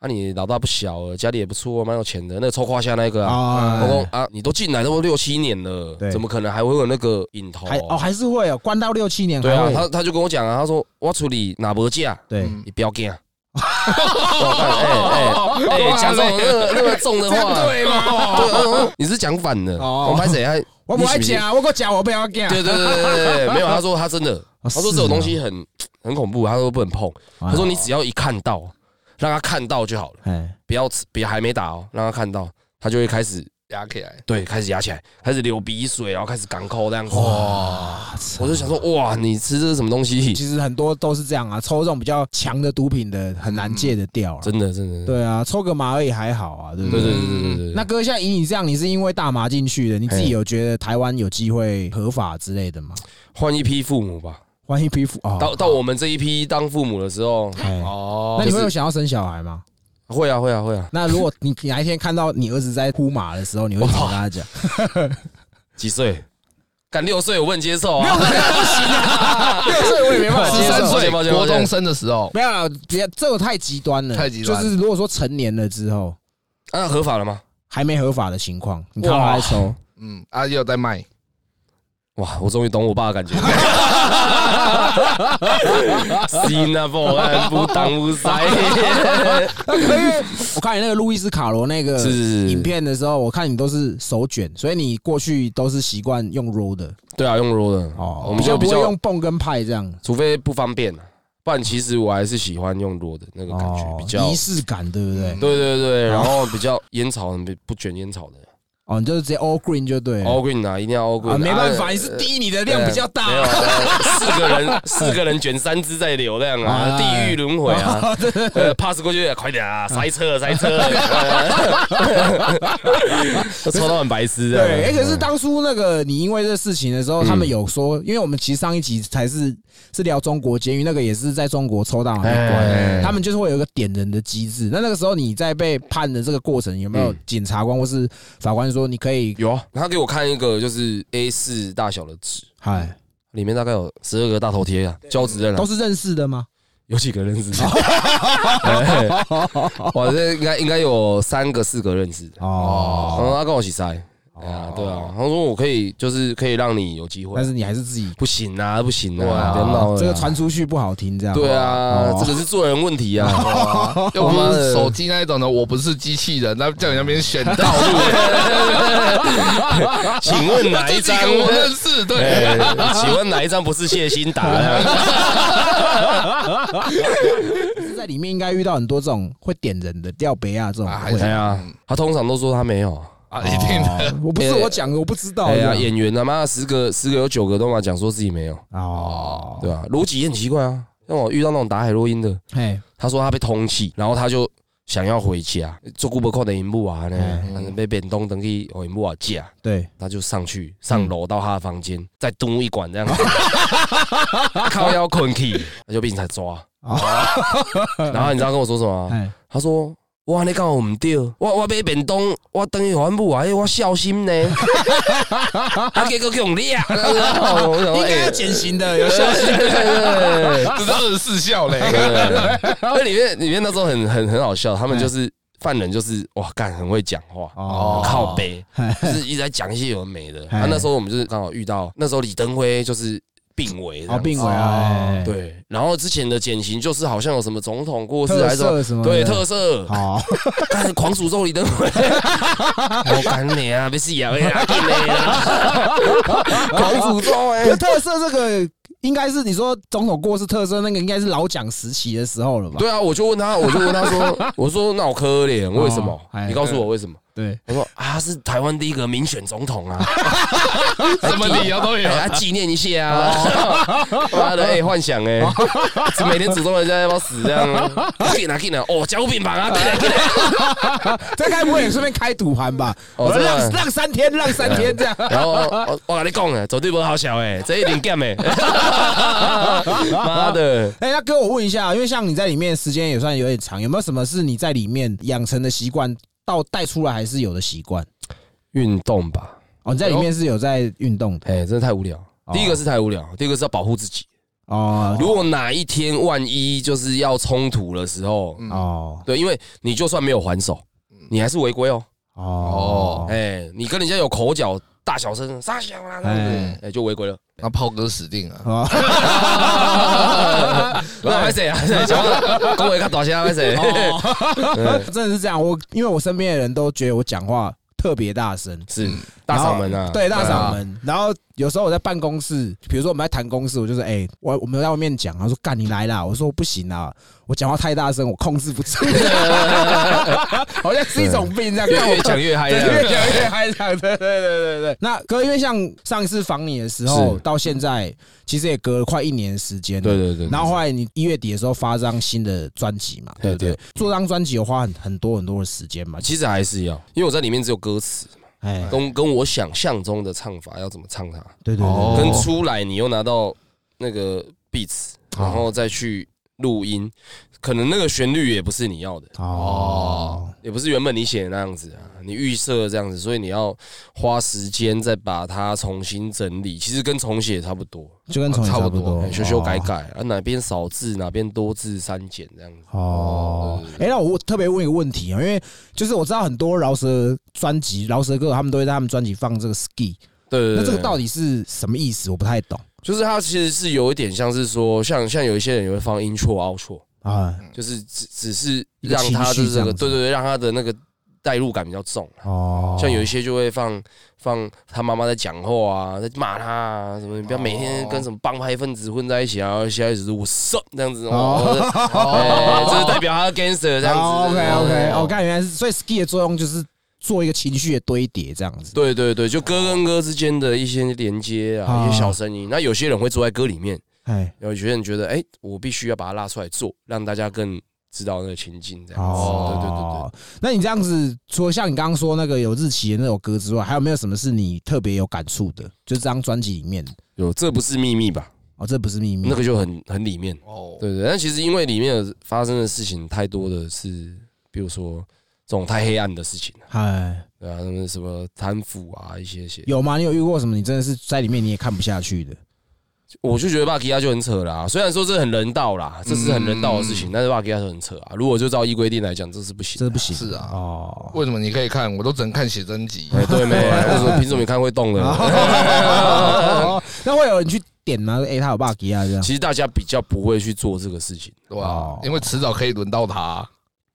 Speaker 5: 啊，你老大不小了，家里也不错，啊蛮有钱的。那个抽胯下那个啊，
Speaker 4: 啊
Speaker 5: 我说啊，你都进来都六七年了
Speaker 4: 对，
Speaker 5: 怎么可能还会有那个瘾头？
Speaker 4: 还哦还是会哦，关到六七年
Speaker 5: 对
Speaker 4: 还
Speaker 5: 啊，
Speaker 4: 会，
Speaker 5: 他他就跟我讲啊，他说我处理哪无价，
Speaker 4: 对，
Speaker 5: 你不要 惊。哦哎哎哎，讲这种那个那个重的话，对吗？对哦，你是讲反的。
Speaker 4: 哦
Speaker 5: 我拍谁还？
Speaker 4: 我不爱啊
Speaker 5: 你是是。
Speaker 4: 讲，我给我讲，我不要讲，
Speaker 5: 对对对对对，对没有。他说他真的，他说
Speaker 4: 是
Speaker 5: 这种
Speaker 4: 哦
Speaker 5: 东西很很恐怖，他说不能碰。
Speaker 4: 哎呦
Speaker 5: 他说你只要一看到，让他看到就好了，
Speaker 4: 哎，
Speaker 5: 不要别还没打哦，让他看到，他就会开始
Speaker 6: 压起来，
Speaker 5: 对开始压起来，开始流鼻水，然后开始港口这样子。
Speaker 4: 哦哇，
Speaker 5: 我就想说，哇，你吃这是什么东西？
Speaker 4: 其实很多都是这样啊，抽这种比较强的毒品的很难戒得掉啊，
Speaker 5: 嗯真的真的，
Speaker 4: 对啊，抽个麻而已还好啊，对不
Speaker 5: 对
Speaker 4: 对？
Speaker 5: 对对对对对。
Speaker 4: 那哥，现在以你这样，你是因为大麻进去的，你自己有觉得台湾有机会合法之类的吗？
Speaker 5: 换一批父母吧。
Speaker 4: 换一批父哦，
Speaker 5: 到到我们这一批当父母的时候，
Speaker 4: 哎
Speaker 6: 哦，
Speaker 4: 那你会有想要生小孩吗？
Speaker 5: 会啊会啊会啊，
Speaker 4: 那如果你哪一天看到你儿子在呼马的时候，你会怎么跟他 讲？
Speaker 5: 几岁？干六岁我不能接受啊！
Speaker 4: 六岁我也没办
Speaker 5: 法接受
Speaker 6: 十三
Speaker 5: 哎抱
Speaker 6: 岁
Speaker 5: 歉抱歉
Speaker 6: 国
Speaker 5: 抱歉
Speaker 6: 中生的时候，
Speaker 4: 没有啦，别这个太极端了，
Speaker 6: 太极端
Speaker 4: 就是如果说成年了之后
Speaker 5: 那啊合法了吗？
Speaker 4: 还没合法的情况，你看到他在抽，
Speaker 6: 嗯，啊，也有在卖，
Speaker 5: 哇，我终于懂我爸的感觉。 新啊，不然不当不 塞。
Speaker 4: 哦我看你那个路易斯卡罗那个
Speaker 5: 是是是
Speaker 4: 影片的时候，我看你都是手卷，所以你过去都是习惯用 roll 的
Speaker 5: 对啊，用 roll 的
Speaker 4: 哦，
Speaker 5: 我们就
Speaker 4: 不
Speaker 5: 比
Speaker 4: 会
Speaker 5: 较
Speaker 4: 用，泵跟派这样
Speaker 5: 除非不方便啊不然其实我还是喜欢用 roll 的那个感觉，
Speaker 4: 哦
Speaker 5: 比较嗯
Speaker 4: 仪式感，对不对？
Speaker 5: 对对对，然后比较烟草不不卷烟草的
Speaker 4: 哦，你就是直接 all green 就对了
Speaker 5: all green 啊，一定要 all green
Speaker 4: 嗯啊，
Speaker 5: 啊。
Speaker 4: 没办法，
Speaker 5: 呃
Speaker 4: 你是第一，你的量比较大
Speaker 5: 没有，呃四 个人四个人卷三只在流量
Speaker 4: 哎
Speaker 5: 啊，地狱轮回啊，呃，pass 过去快点啊，塞车 塞车，呃抽到很白痴这样
Speaker 4: 对，哎、可是当初那个你因为这事情的时候，
Speaker 5: 嗯
Speaker 4: 他们有说，因为我们其实上一集才是是聊中国监狱，那个也是在中国抽大麻被
Speaker 5: 哎
Speaker 4: 关，他们就是会有一个点人的机制。那那个时候你在被判的这个过程，有没有检察官或是法官说你可以？
Speaker 5: 嗯有啊，他给我看一个就是 A 四大小的纸，
Speaker 4: 嗨，
Speaker 5: 里面大概有十二个大头贴啊，胶质认啊
Speaker 4: 都，是认识的吗？
Speaker 5: 有几个认 识？哎哇，这应该应该有三个四个认识的。
Speaker 4: 哦，
Speaker 5: 然后他跟我一起塞，哎呀，对啊，他说我可以就是可以让你有机会
Speaker 4: 但，是你还是自己，
Speaker 5: 不行啊，不行啊，别闹了啊。
Speaker 4: 这个传出去不好听，这样
Speaker 5: 对啊
Speaker 4: 哦，
Speaker 5: 这个是做人问题啊。
Speaker 6: 又不
Speaker 5: 妈
Speaker 6: 是
Speaker 5: 的
Speaker 6: 手机那一种的，我不是机器人，那叫你那边选道
Speaker 5: 哦
Speaker 6: 路，
Speaker 5: 请问哪一
Speaker 6: 这几
Speaker 5: 张？
Speaker 6: 个我认识，对，
Speaker 5: 哎请问哪一张不是谢欣 达？
Speaker 4: 是在里面应该遇到很多这种会点人的吊杯啊，这种
Speaker 6: 啊还
Speaker 4: 会
Speaker 5: 哎呀，他通常都说他没有。
Speaker 4: 哦
Speaker 6: 啊，一定的，
Speaker 4: 哦我不是我讲的，我不知道
Speaker 5: 哎
Speaker 4: 这
Speaker 5: 呀，
Speaker 4: 样。
Speaker 5: 演员他妈的十个十个有九个都嘛讲说自己没有，
Speaker 4: 啊哦，
Speaker 5: 啊对吧？逻辑也很奇怪啊。像我遇到那种打海洛因的，
Speaker 4: 嘿，
Speaker 5: 他说他被通气，然后他就想要回家，做顾不看的荧幕啊呢，被扁东等去荧幕啊架，
Speaker 4: 对，
Speaker 5: 他就上去上楼到他的房间，再蹲一管这样子，靠腰困去，他就被警察抓。然后你知道他跟我说什么吗？
Speaker 4: 哦哎，
Speaker 5: 他说：“哇，你讲我唔对，我我买便当，我等于还母啊，我 孝心呢，啊，结果叫你啊，我想说
Speaker 4: 应该
Speaker 5: 哎
Speaker 4: 要减刑的，有消 息。
Speaker 6: 这是二十四孝嘞。
Speaker 5: 对，那里面里面那时候很很很好笑，他们就是犯人，就是哇干很会讲话，
Speaker 4: 哦
Speaker 5: 哦，靠背，就是一直在讲一些有的没的。
Speaker 4: 哎
Speaker 5: 啊，那时候我们就是刚好遇到，那时候李登辉就是病危这样
Speaker 4: 哦，
Speaker 5: 子，
Speaker 4: 病危啊，哎哎
Speaker 5: 对，然后之前的减刑就是好像有什么总统过世还是
Speaker 4: 特色什么的
Speaker 5: 对特色，
Speaker 4: 好，
Speaker 5: 干狂诅咒李登辉，我干你啊，别死啊，哎呀，干 你啊，狂诅咒哎
Speaker 4: 可，特色这个应该是你说总统过世特色那个应该是老蒋时期的时候了吧？
Speaker 5: 对啊，我就问他，我就问他 说，我说那我可怜，为什么
Speaker 4: 哦？哎
Speaker 5: 你告诉我为什么？
Speaker 4: 对，
Speaker 5: 他说啊，他是台湾第一个民选总 统啊，
Speaker 6: 什么理由都有
Speaker 5: 哎，。啊纪念一下啊，
Speaker 4: 哦
Speaker 5: 妈的，哎，幻想 哎，每天诅咒人家要不要死这样 啊，进来进来，哦，甲骨品牌啊，进来进来，
Speaker 4: 这该不会也顺便开赌盘吧？
Speaker 5: 哦
Speaker 4: 我
Speaker 5: 真的
Speaker 4: 让让三天，让三天这样。
Speaker 5: 然后我我跟你讲哎，走对不好小哎，这一点 g 哎，妈的，
Speaker 4: 哎，那哥，我问一下，因为像你在里面时间也算有点长，有没有什么是你在里面养成的习惯，到带出来还是有的习惯？
Speaker 5: 运动吧，
Speaker 4: 哦，你在里面是有在运动的
Speaker 5: 哎，真的太无聊。第一个是太无聊，第二个是要保护自己。
Speaker 4: 哦
Speaker 5: 如果哪一天万一就是要冲突的时候，
Speaker 4: 哦
Speaker 5: 对，因为你就算没有还手，你还是违规哦。
Speaker 4: 哦
Speaker 5: 哎、你跟人家有口角，大小声，撒小啦，这样子
Speaker 4: 哎
Speaker 5: 哎、就违 规了。
Speaker 6: 那炮哥死定了。
Speaker 4: 哦，
Speaker 5: 那拍谁啊？ 小王，跟我一个倒下拍谁？哦
Speaker 4: 真的是这样。我因为我身边的人都觉得我讲话特别大声，
Speaker 5: 是大嗓门
Speaker 4: 然
Speaker 5: 啊，
Speaker 4: 后对，大嗓
Speaker 5: 啊。
Speaker 4: 门。然后有时候我在办公室，比如说我们在谈公事，我就是哎、我我们在外面讲，他说干你来啦，我说不行啦，我讲话太大声，我控制不 住，好像是一种病这样。看我
Speaker 5: 越讲越 嗨啊
Speaker 4: 对
Speaker 5: 这
Speaker 4: 越啊
Speaker 5: 样
Speaker 4: 讲越嗨这样，对对对对对。那哥，因为像上一次访你的时候
Speaker 5: 是
Speaker 4: 到现在，其实也隔了快一年的时间了。
Speaker 5: 对对对对
Speaker 4: 然后后来你一月底的时候发张新的专辑嘛，对不对
Speaker 5: 对？
Speaker 4: 做张专辑有花很很多很多的时间嘛，
Speaker 5: 其实还是要，因为我在里面只有歌词，
Speaker 4: 哎，
Speaker 5: 跟跟我想象中的唱法要怎么唱它，
Speaker 4: 对对对
Speaker 6: 哦
Speaker 5: 跟出来你又拿到那个 beats，然
Speaker 4: 哦
Speaker 5: 后再去录音，可能那个旋律也不是你要的，
Speaker 4: 哦。
Speaker 5: 也不是原本你写的那样子啊，你预设这样子，所以你要花时间再把它重新整理，其实跟重写差不多，
Speaker 4: 就跟重也差不
Speaker 6: 差不
Speaker 4: 多哦
Speaker 5: 哎，修修改改啊，哪边少字哪边多字删减这样子。
Speaker 4: 哦。哎，那我特别问一个问题啊，因为就是我知道很多饶舌专辑、饶舌歌，他们都会在他们专辑放这个 ski，
Speaker 5: 对对对，
Speaker 4: 那这个
Speaker 5: 对
Speaker 4: 到底是什么意思？我不太懂
Speaker 5: 就是它其实是有一点像是说，像像有一些人也会放 intro outro，
Speaker 4: 啊。
Speaker 5: 就是只只是
Speaker 4: 一个
Speaker 5: 让
Speaker 4: 情
Speaker 5: 他
Speaker 4: 绪
Speaker 5: 就
Speaker 4: 这
Speaker 5: 是这个
Speaker 4: 样子
Speaker 5: 对对对，让他的那个代入感比较重啊。
Speaker 4: 哦，
Speaker 5: 像有一些就会放放他妈妈在讲话啊，在骂他啊，什么你不要每天跟什么帮派分子混在一起啊，下一直我射这样子，哦， 哎这是代表他 gangster 这样
Speaker 4: 哦
Speaker 5: 子。嗯
Speaker 4: OK
Speaker 5: 对
Speaker 4: OK，哦，看原来是所以 ski 的作用就是做一个情绪的堆叠这样子。
Speaker 5: 对对对，就歌跟歌之间的一些连接啊，
Speaker 4: 哦
Speaker 5: 一些小声音。那有些人会坐在歌里面，
Speaker 4: 哎，
Speaker 5: 有些人觉得，哎，我必须要把它拉出来做，让大家更知道那个情境这样子。对对对对
Speaker 4: 哦，。那你这样子，除了像你刚刚说那个有日期的那首歌之外，还有没有什么是你特别有感触的？就这张专辑里面的
Speaker 5: 有这不是秘密吧？
Speaker 4: 哦，这不是秘密，
Speaker 5: 那个就很很里面。
Speaker 6: 哦，
Speaker 5: 对对，但其实因为里面有发生的事情太多的是，比如说这种太黑暗的事情啊，
Speaker 4: 哎。
Speaker 5: 对啊，什么什么贪腐啊，一些些，
Speaker 4: 有吗？你有遇过什么？你真的是在里面你也看不下去的？
Speaker 5: 我就觉得巴基亚就很扯啦。虽然说这很人道啦，
Speaker 4: 嗯
Speaker 5: 这是很人道的事情，但是巴基亚就很扯啊。如果就照依规定来讲，这是不行
Speaker 4: 这
Speaker 5: 的。
Speaker 4: 不行。
Speaker 6: 是啊
Speaker 4: 哦，
Speaker 6: 为什么你可以看，我都只能看写真集？
Speaker 5: 哎，对没？我说凭什么你看会动 的？
Speaker 4: 那会有人去点吗？哎、他有 bug 啊，这样
Speaker 5: 其实大家比较不会去做这个事情，
Speaker 6: 对吧
Speaker 4: 哦？
Speaker 6: 因为迟早可以轮到他。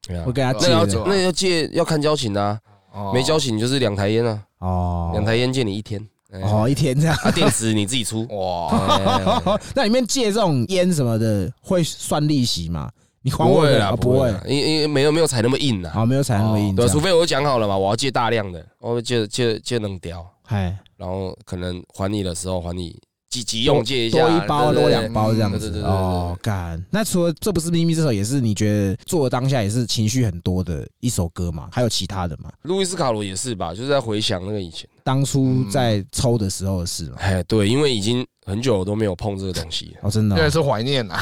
Speaker 5: 对啊
Speaker 4: 会跟他
Speaker 5: 那要
Speaker 4: 借的
Speaker 6: 走
Speaker 5: 那要借要看交情啊，
Speaker 6: 哦
Speaker 5: 没交情就是两台烟啊，
Speaker 4: 哦，
Speaker 5: 两台烟借你一天，哎
Speaker 4: 哦一天这样。
Speaker 5: 啊，电池你自己出。
Speaker 6: 哇，
Speaker 5: 哎
Speaker 4: 那里面借这种烟什么的会算利息吗？你还
Speaker 5: 不
Speaker 4: 我
Speaker 5: 会
Speaker 4: 的
Speaker 5: 啦，
Speaker 4: 哦
Speaker 5: 不
Speaker 4: 不
Speaker 5: 会
Speaker 4: 会
Speaker 5: 啦，。因因为没有没有踩那么硬啦，
Speaker 4: 好，没有采那么硬。
Speaker 5: 对啊，
Speaker 4: 这
Speaker 5: 除
Speaker 4: 样
Speaker 5: 非我讲好了嘛，我要借大量的，我会借借借能屌，
Speaker 4: 哎
Speaker 5: 然后可能还你的时候还你几集用借一下，
Speaker 4: 多一包
Speaker 5: 对
Speaker 4: 多
Speaker 5: 对对
Speaker 4: 两包这样
Speaker 5: 对对
Speaker 4: 子
Speaker 5: 对对对
Speaker 4: 哦，干。那除了这不是秘密，这首也是你觉得做的当下也是情绪很多的一首歌嘛？还有其他的嘛？
Speaker 5: 路易斯卡罗也是吧，就是在回想那个以前。
Speaker 4: 当初
Speaker 5: 嗯
Speaker 4: 在抽的时候的事嘛？。
Speaker 5: 哎，对，因为已经很久都没有碰这个东西
Speaker 4: 哦，真的
Speaker 6: 现在
Speaker 4: 哦。
Speaker 6: 是怀念啊，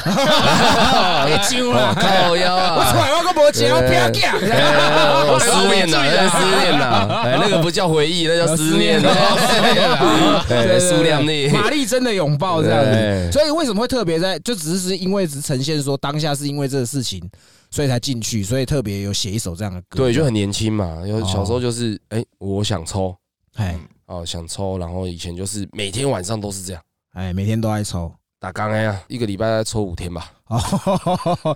Speaker 5: 揪哎了，哦靠腰啊！
Speaker 4: 我个脖子我不要 讲。
Speaker 5: 哎我思念 呐，那思念 呐，哎，那个不叫回忆，那叫思念啊呐。 哎，思念力，
Speaker 4: 玛丽真的拥抱这样
Speaker 5: 对
Speaker 4: 子，所以为什么会特别在？就只是因为只呈现说当下是因为这个事情，所以才进去，所以特别有写一首这样的歌。
Speaker 5: 对，就很年轻嘛。有
Speaker 4: 哦
Speaker 5: 小时候就是，哎，我想抽
Speaker 4: 哎
Speaker 5: 哦，想抽，然后以前就是每天晚上都是这样
Speaker 4: 哎，每天都爱抽。
Speaker 5: 打钢哎呀，一个礼拜再抽五天 吧。
Speaker 4: 哦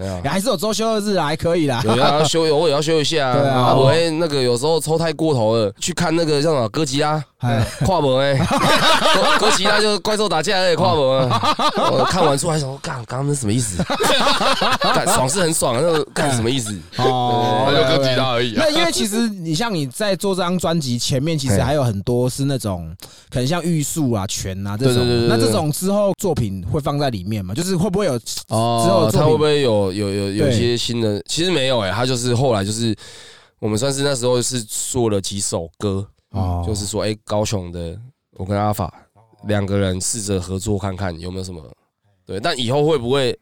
Speaker 5: 对啊，
Speaker 4: 还是有周休二日啊，还可以啦。
Speaker 5: 有要休，偶尔要休一下
Speaker 4: 对啊
Speaker 5: 啊。我会那个有时候抽太过头了，去看那个叫什么哥吉拉，
Speaker 4: 哎，
Speaker 5: 跨门 哎，哥哥吉拉就是怪兽打架而已，跨门。我看完出来想说，干，刚刚那什么意 思？干爽是很爽，那个干什么意思？
Speaker 4: 哦，
Speaker 6: 就
Speaker 4: 对
Speaker 6: 哥吉拉。而已啊。
Speaker 4: 那因为其实你像你在做这张专辑前面，其实还有很多是那种可能像玉树啊、拳啊这种。
Speaker 5: 对对对对
Speaker 4: 那这种之后作品会放在里面吗？就是会不会有之后的
Speaker 5: 哦他
Speaker 4: 作
Speaker 5: 会
Speaker 4: 品
Speaker 5: 不会有有有有
Speaker 4: 对
Speaker 5: 一些新的？其实没有哎，他就是后来就是我们算是那时候是做了几首歌，
Speaker 4: 哦
Speaker 5: 就是说哎，高雄的我跟阿法两个人试着合作看看有没有什么对，但以后会不会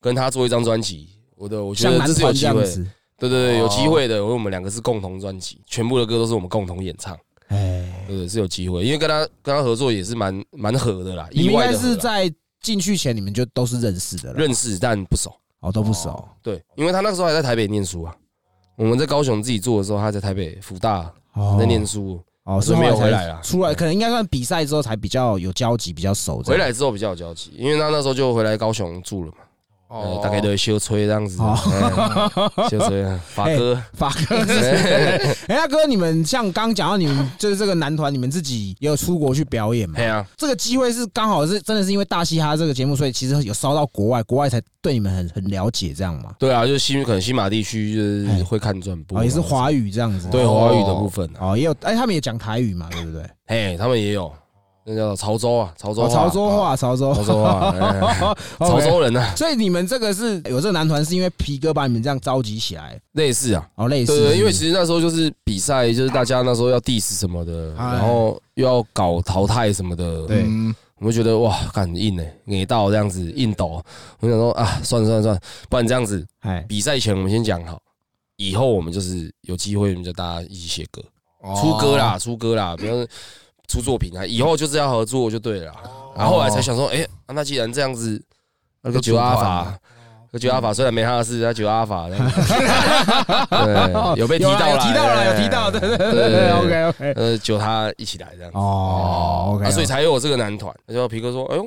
Speaker 5: 跟他做一张专辑？我的我觉
Speaker 4: 像
Speaker 5: 得
Speaker 4: 男
Speaker 5: 这是有
Speaker 4: 团这
Speaker 5: 机
Speaker 4: 样
Speaker 5: 会。
Speaker 4: 子？哦
Speaker 5: 对对对，有机会的，因为我们两个是共同专辑，全部的歌都是我们共同演唱，
Speaker 4: 哎，
Speaker 5: 对对，是有机会，因为跟他跟他合作也是蛮蛮合的啦，
Speaker 4: 你
Speaker 5: 意
Speaker 4: 们应
Speaker 5: 外
Speaker 4: 该
Speaker 5: 的
Speaker 4: 是在进去前你们就都是认识的了，
Speaker 5: 认识但不熟，
Speaker 4: 哦都不熟
Speaker 5: 对，因为他那个时候还在台北念书啊，我们在高雄自己做的时候，他在台北福大
Speaker 4: 哦
Speaker 5: 在念书，
Speaker 4: 哦，
Speaker 5: 所
Speaker 4: 是
Speaker 5: 以
Speaker 4: 后
Speaker 5: 没有
Speaker 4: 才
Speaker 5: 回来啦啊嗯
Speaker 4: 出来可能应该算比赛之后才比较有交集，比较熟这
Speaker 5: 回
Speaker 4: 样。
Speaker 5: 来之后比较有交集，因为他那时候就回来高雄住了嘛，呃大概都会修吹这样子，啊
Speaker 4: 哦
Speaker 5: 哎修吹啊法哥，
Speaker 4: 法哎哥是 谁？哎，大哥，你们像刚讲到你们就是这个男团，你们自己也有出国去表演嘛
Speaker 5: 哎？呀，
Speaker 4: 这个机会是刚好是真的是因为大嘻哈这个节目，所以其实有烧到国外，国外才对你们很很了解这样嘛。
Speaker 5: 对啊，就新可能新马地区就是会看转播，
Speaker 4: 哦，也是华语这样子。
Speaker 5: 对华语的部分啊。
Speaker 4: 哦，也有哎，他们也讲台语嘛，对不对？
Speaker 5: 嘿，他们也有，那叫潮州啊，潮州
Speaker 4: 哦，
Speaker 5: 话，
Speaker 4: 潮州话，潮州
Speaker 5: 啊，潮州话， 哎潮
Speaker 4: OK
Speaker 5: 州人啊，
Speaker 4: 所以你们这个是有这个男团，是因为皮哥把你们这样召集起来，
Speaker 5: 类似啊，
Speaker 4: 哦，类似
Speaker 5: 对
Speaker 4: 是不
Speaker 5: 对，
Speaker 4: 是
Speaker 5: 因为其实那时候就是比赛，就是大家那时候要 diss 什么的，
Speaker 4: 哎
Speaker 5: 然后又要搞淘汰什么的，
Speaker 4: 对
Speaker 6: 嗯，
Speaker 5: 我们觉得哇，干硬哎，给到这样子硬抖，我想说啊，算了算了算了，不然这样子，
Speaker 4: 哎
Speaker 5: 比赛前我们先讲好，以后我们就是有机会，我们就大家一起写歌，
Speaker 6: 哦
Speaker 5: 出歌啦，出歌啦，不要出作品啊，以后就是要合作就对了啦。
Speaker 4: 哦
Speaker 5: 然后后来才想说，哎、啊那既然这样子，那个九阿
Speaker 4: 啊
Speaker 5: 法，那九阿
Speaker 4: 哦
Speaker 5: 法虽然没他的事，那九阿法， 对，有被提
Speaker 4: 有
Speaker 5: 到
Speaker 4: 啦有
Speaker 5: 了，
Speaker 4: 提到了，有提到，对对对对对，OK OK，
Speaker 5: 呃，九他一起来这样子，
Speaker 4: 哦
Speaker 5: 啊
Speaker 4: ，OK，
Speaker 5: 所以才有我这个男团。然后皮哥说，哎呦，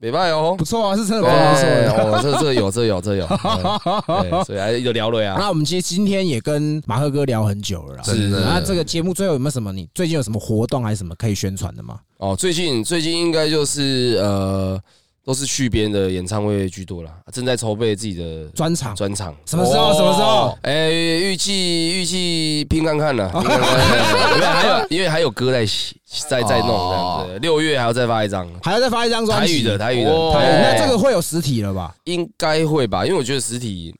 Speaker 5: 没办哦
Speaker 4: 不，错啊，是真的
Speaker 5: 对，
Speaker 4: 不错。
Speaker 5: 哦，这这有这有 这有，对对所以还就聊了呀，
Speaker 4: 那我们其实今天也跟马赫哥聊很久了啦，
Speaker 5: 是的
Speaker 4: 那这个节目最后有没有什么你最近有什么活动还是什么可以宣传的吗？
Speaker 5: 哦，最近最近应该就是呃，都是续编的演唱会居多啦，正在筹备自己的
Speaker 4: 专场
Speaker 5: 专场。哦
Speaker 4: 什么时候？什么时候？哦
Speaker 5: 哎，预计预计拼看看了，拼看看 因为还有因为还有歌在写在在弄这样
Speaker 4: 哦
Speaker 5: 子，六月还要再发一张
Speaker 4: 还要再发一张专
Speaker 5: 台
Speaker 4: 辑
Speaker 5: 语的台语的，
Speaker 6: 哦
Speaker 4: 台语
Speaker 5: 哎
Speaker 4: 那这个会有实体了吧？
Speaker 5: 应该会吧，因为我觉得实体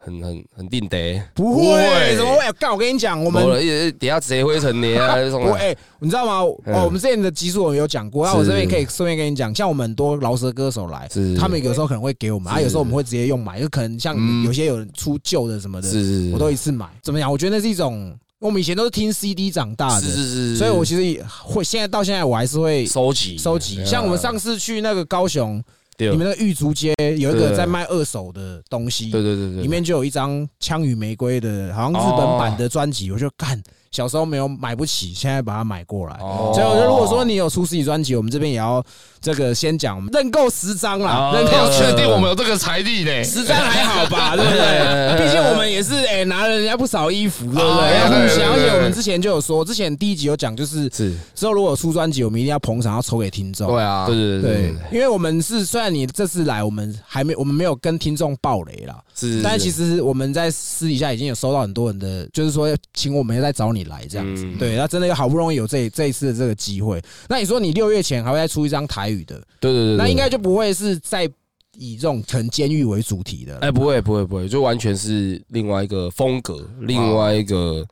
Speaker 5: 很很很定得，
Speaker 4: 不会，怎么会？干，我跟你讲，我
Speaker 5: 我
Speaker 4: 们
Speaker 5: 们底下谁灰尘 呢？啊，这种嗯
Speaker 4: 我哎、你知道吗？哦，我们之前的集数我们有讲过，那我
Speaker 5: 是
Speaker 4: 这边可以顺便跟你讲，像我们很多饶舌歌手来
Speaker 5: 是，
Speaker 4: 他们有时候可能会给我们，啊，有时候我们会直接用买，就可能像有些有人出旧的什么的，
Speaker 5: 嗯是是是
Speaker 4: 我都一次买。怎么讲？我觉得那是一种，我们以前都是听 CD 长大的，
Speaker 5: 是是是，
Speaker 4: 所以我其实也会现在到现在我还是会
Speaker 5: 收集嗯
Speaker 4: 收集。像我们上次去那个高雄，
Speaker 5: 对
Speaker 4: 你们那个玉竹街有一个
Speaker 5: 对
Speaker 4: 在卖二手的东西，
Speaker 5: 对对对对，
Speaker 4: 里面就有一张《枪与玫瑰》的，好像日本版的专辑，我就干。小时候没有买不起，现在把它买过来。
Speaker 5: 哦
Speaker 4: 所以我觉得，如果说你有出实体专辑，我们这边也要这个先讲，我们认购十张啦
Speaker 5: 哦，
Speaker 4: 认
Speaker 6: 要
Speaker 4: 购
Speaker 6: 哎确定我们有这个财力嘞。
Speaker 4: 十张还好吧，对不对？毕竟我们也是哎、拿了人家不少衣服，对哎不
Speaker 6: 哦
Speaker 4: 对？要互相。
Speaker 6: 对对对
Speaker 4: 啊而
Speaker 6: 对
Speaker 4: 且我们之前就有说，之前第一集有讲，就是
Speaker 5: 是，
Speaker 4: 之后如果有出专辑，我们一定要捧场，要抽给听众。
Speaker 6: 对啊，
Speaker 5: 对对对
Speaker 4: 对
Speaker 5: 对，
Speaker 4: 因为我们是虽然你这次来，我们还没我们没有跟听众爆雷啦，
Speaker 5: 是，
Speaker 4: 但其实我们在私底下已经有收到很多人的，就是说请我们再找你来这样子。
Speaker 5: 嗯
Speaker 4: 对，那真的好不容易有这这一次的这个机会，那你说你六月前还会再出一张台语的，
Speaker 5: 对对对，
Speaker 4: 那
Speaker 5: 对
Speaker 4: 应该就不会是在以这种可能监狱为主题的了。
Speaker 5: 哎，不会不会不会，就完全是另外一个风格，另外一个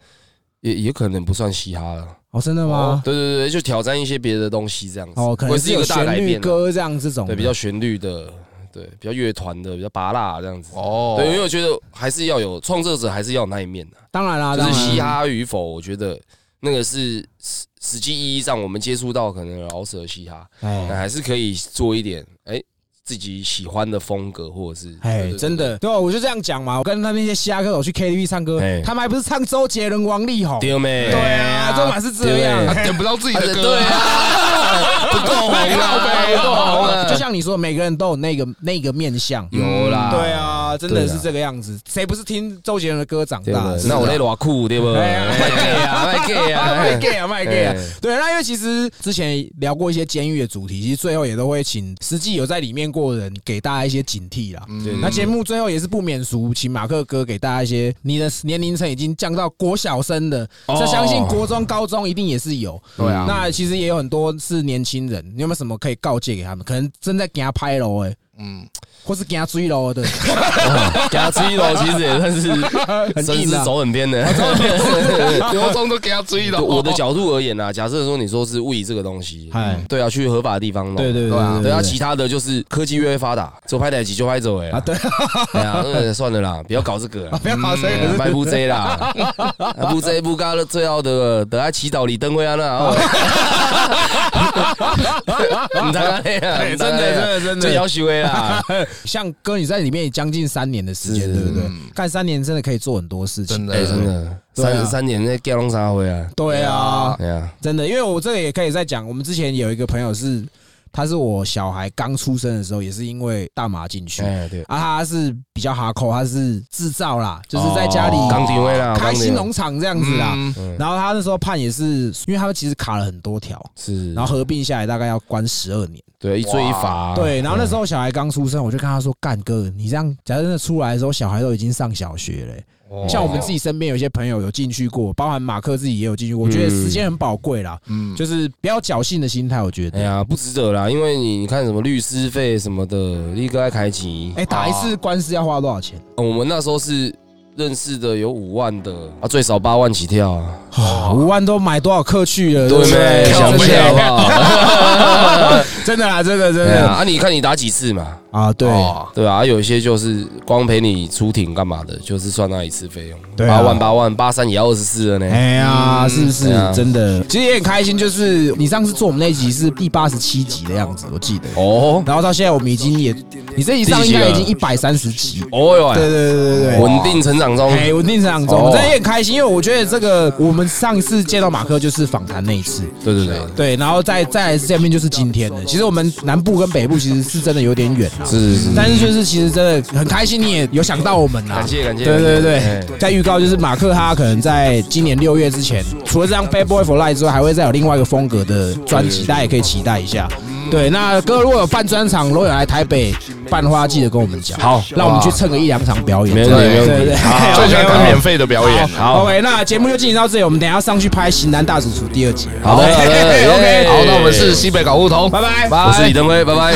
Speaker 5: 也也可能不算嘻哈了。
Speaker 4: 哦，真的吗？
Speaker 5: 对对对，就挑战一些别的东西这样子。
Speaker 4: 哦，可
Speaker 5: 会
Speaker 4: 能
Speaker 5: 是一
Speaker 4: 有
Speaker 5: 个大
Speaker 4: 旋
Speaker 5: 改
Speaker 4: 律
Speaker 5: 变啊，
Speaker 4: 歌这样这种的，
Speaker 5: 对，比较旋律的，对，比较乐团的，比较拔辣这样子。
Speaker 6: 哦，
Speaker 5: 呃对，因为我觉得还是要有创作者，还是要有那一面的。
Speaker 4: 当然啦，
Speaker 5: 就是
Speaker 4: 啊当然
Speaker 5: 嘻哈与否，我觉得那个是实实际意义上我们接触到可能饶舌嘻哈，
Speaker 4: 哎
Speaker 5: 那还是可以做一点哎自己喜欢的风格，或者是
Speaker 4: 哎，真的，对啊，我就这样讲嘛。我跟他那些嘻哈歌手去 KTV 唱歌
Speaker 5: 哎，
Speaker 4: 他们还不是唱周杰伦、王力宏？
Speaker 5: 丢妹，
Speaker 4: 对啊，这嘛是这样
Speaker 5: 对。
Speaker 6: 点不到自己的歌，
Speaker 5: 对 啊，不够红啊，不够红啊，
Speaker 4: 就像你说，每个人都有那个那个面相。
Speaker 5: 有啦，
Speaker 4: 对啊，真的
Speaker 5: 对
Speaker 4: 是
Speaker 5: 啊
Speaker 4: 这个样子。谁不是听周杰伦的歌长
Speaker 5: 对
Speaker 4: 大
Speaker 5: 不？
Speaker 4: 是
Speaker 5: 对？那我
Speaker 4: 啊
Speaker 5: 那多酷，对不？
Speaker 4: 哎呀
Speaker 5: 卖 gay 啊，卖 gay 啊，
Speaker 4: 卖 gay 啊，卖 gay 啊
Speaker 5: 哎！
Speaker 4: 对，那因为其实之前聊过一些监狱的主题，其实最后也都会请实际有在里面过的人给大家一些警惕啦。
Speaker 6: 嗯
Speaker 4: 那节目最后也是不免俗，请马克哥给大家一些你的年龄层已经降到国小生的，这相信国中、高中一定也是有。哦对啊，那其实也有很多是年轻人，你有没有什么可以告诫给他们？可能正在给他拍楼哎，嗯，或是给他追楼的，
Speaker 5: 哦给他吃一楼，其实也算是
Speaker 4: 很
Speaker 5: 真
Speaker 4: 硬
Speaker 5: 是
Speaker 4: 啊
Speaker 5: 走很偏的。
Speaker 6: 国中都给他 追到。
Speaker 5: 啊我的角
Speaker 4: 哦
Speaker 5: 度而言啊，假设说你说是物以这个东西
Speaker 4: 哎，
Speaker 5: 对啊，去合法的地方弄，
Speaker 4: 对对对
Speaker 5: 对啊
Speaker 4: 对对
Speaker 5: 对啊，
Speaker 4: 对
Speaker 5: 其他的就是科技越来越发达，走拍台机就拍走哎
Speaker 4: 啊，对，
Speaker 5: 哎呀，呃算了啦，不要搞这个 啦，
Speaker 4: 不要搞这个
Speaker 5: 哎呀卖 不 Z 啦，啊不 Z 不干了，最后的等下祈祷李登辉啊那 哦， 你当然
Speaker 4: 哎真的
Speaker 5: 真
Speaker 4: 真的真的
Speaker 5: 最要修的
Speaker 4: 啊
Speaker 5: 啦，
Speaker 4: 像哥，你在里面也将近三年的时间，对不对？干三年真的可以做很多事情，
Speaker 6: 真的
Speaker 5: 哎真的
Speaker 4: 对啊
Speaker 5: 三三年那盖龙啥回啊，
Speaker 4: 对啊，
Speaker 5: 哎呀，
Speaker 4: 真的，因为我这个也可以再讲，我们之前有一个朋友是，他是我小孩刚出生的时候，也是因为大麻进去。
Speaker 5: 哎对，
Speaker 4: 啊，他是比较哈扣，他是制造啦，
Speaker 5: 哦
Speaker 4: 就是在家里
Speaker 5: 钢琴会啦，
Speaker 4: 开
Speaker 5: 钢
Speaker 4: 心
Speaker 5: 琴
Speaker 4: 农场这样子啦。然后他那时候判也是，因为他其实卡了很多条，
Speaker 5: 是，
Speaker 4: 然后合并下来大概要关十二年。
Speaker 5: 对一追一罚，
Speaker 4: 对，然后
Speaker 5: 嗯
Speaker 4: 那时候小孩刚出生，我就跟他说：“干哥，你这样，假如真的出来的时候，小孩都已经上小学了欸、
Speaker 5: 哦
Speaker 4: 像我们自己身边有些朋友有进去过，包含马克自己也有进去过，我觉
Speaker 5: 嗯
Speaker 4: 得时间很宝贵啦，嗯，就是不要侥幸的心态，我觉
Speaker 5: 哎
Speaker 4: 得。
Speaker 5: 呀，不值得啦，因为你你看什么律师费什么的，一个爱开机。
Speaker 4: 哎，打一
Speaker 5: 啊
Speaker 4: 次官司要花多少钱？
Speaker 5: 我们那时候是认识的有五万的啊，最少八万起跳啊，
Speaker 4: 啊五万都买多少课去了？不
Speaker 5: 没？想不起来好不好？
Speaker 4: 真的啦，真的真
Speaker 5: 对啊，
Speaker 4: 的
Speaker 5: 啊你看你打几次嘛，
Speaker 4: 啊，对
Speaker 5: 对吧？啊有一些就是光陪你出庭干嘛的，就是算那一次费用，
Speaker 4: 对啊
Speaker 5: 八万八万八三也要二十四了呢。
Speaker 4: 哎呀，是不是
Speaker 5: 对啊
Speaker 4: 真的？其实也很开心，就是你上次做我们那集是第八十七集的样子，我记得。
Speaker 5: 哦
Speaker 4: 然后到现在我们已经也，你这一上应该已经一百三十集，
Speaker 5: 哦哟，
Speaker 4: 对
Speaker 5: 哎
Speaker 4: 对对对对。
Speaker 5: 稳定成长中，
Speaker 4: 哎，稳定成长中，
Speaker 5: 哦
Speaker 4: 我真的也很开心，因为我觉得这个我们上一次见到马克就是访谈那一次，
Speaker 5: 对对对，
Speaker 4: 对，然后再再来见面就是今天的。其实我们南部跟北部其实是真的有点远啊，
Speaker 5: 是是是，
Speaker 4: 但是就是其实真的很开心，你也有想到我们啊，
Speaker 5: 感谢感谢
Speaker 4: 对对
Speaker 5: 哎
Speaker 4: 对对，在预告就是马克他可能在今年六月之前，除了这张《Bad Boy for Life》之外，还会再有另外一个风格的专辑，大家也可以期待一下。
Speaker 5: 嗯
Speaker 4: 对，那哥如果有办专场，如果有来台北办的话，记得跟我们讲，好，让我们去蹭个一两场表演，
Speaker 5: 没问题没问题
Speaker 4: 对对对
Speaker 5: 好
Speaker 6: 最喜欢看
Speaker 4: OK，OK
Speaker 6: 免费的表演。
Speaker 4: 好，OK，那节目就进行到这里，我们等一下上去拍《型男大主厨》第二集。啊
Speaker 5: 好的好的 耶
Speaker 4: ，OK，
Speaker 6: 好，那我们是西北搞不同，
Speaker 4: 拜拜，
Speaker 5: 我是李登辉，拜拜。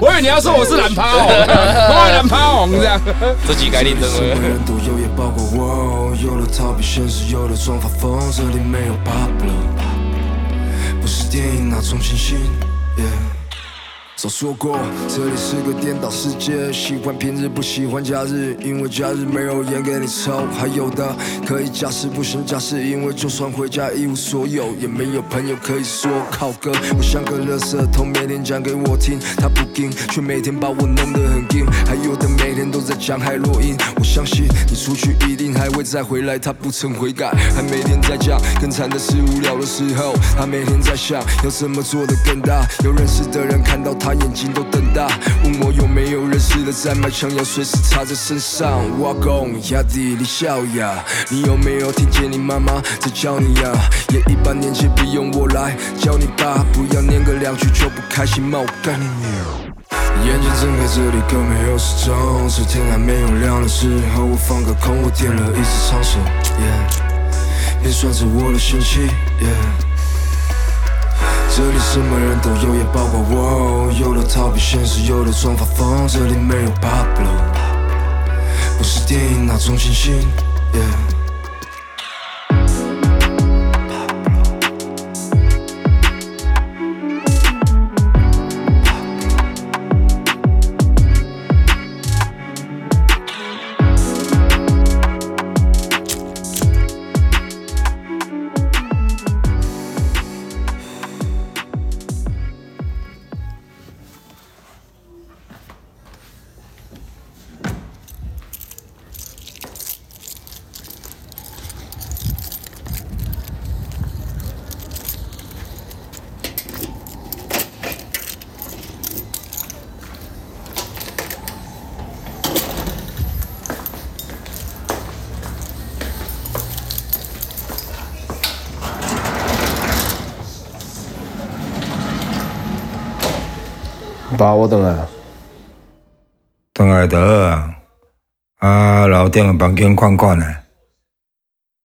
Speaker 4: 我以为你要说我是懒趴红，我是懒趴红这样。
Speaker 5: 这集改李登辉
Speaker 7: 什。么人都有，也包括我。有的逃避现实，有的装发疯，这里没有 Pablo，不是电影那种清醒。Yeah 早说过，这里是个颠倒世界，喜欢平日不喜欢假日，因为假日没有人给你抽。还有的可以假释，不行假释，因为就算回家一无所有，也没有朋友可以说靠哥。我像个垃圾桶，每天讲给我听，他不听，却每天把我弄得很硬。还有的每天都在讲海洛因，我相信你出去一定还会再回来，他不曾悔改，还每天在讲更惨的是无聊的时候，他每天在想要怎么做得更大。有认识的人看到他眼睛都瞪大，问我有没有认识的在卖枪，要随时插在身上。我讲亚弟你笑呀，你有没有听见你妈妈在叫你呀、也一般年纪不用我来教你吧，不要念个两句就不开心，冒干你娘！眼睛睁开，这里更没有时钟。是天还没有亮的时候，我放个空，我点了一支长手，yeah, 边算着我的心情。Yeah, 这里什么人都有，也包括我。有的逃避现实，有的装发疯，这里没有 Pablo，不是电影那种清新。Yeah,
Speaker 2: 爸，我等来啊。
Speaker 8: 等下倒啊，啊，楼顶的房间看看咧，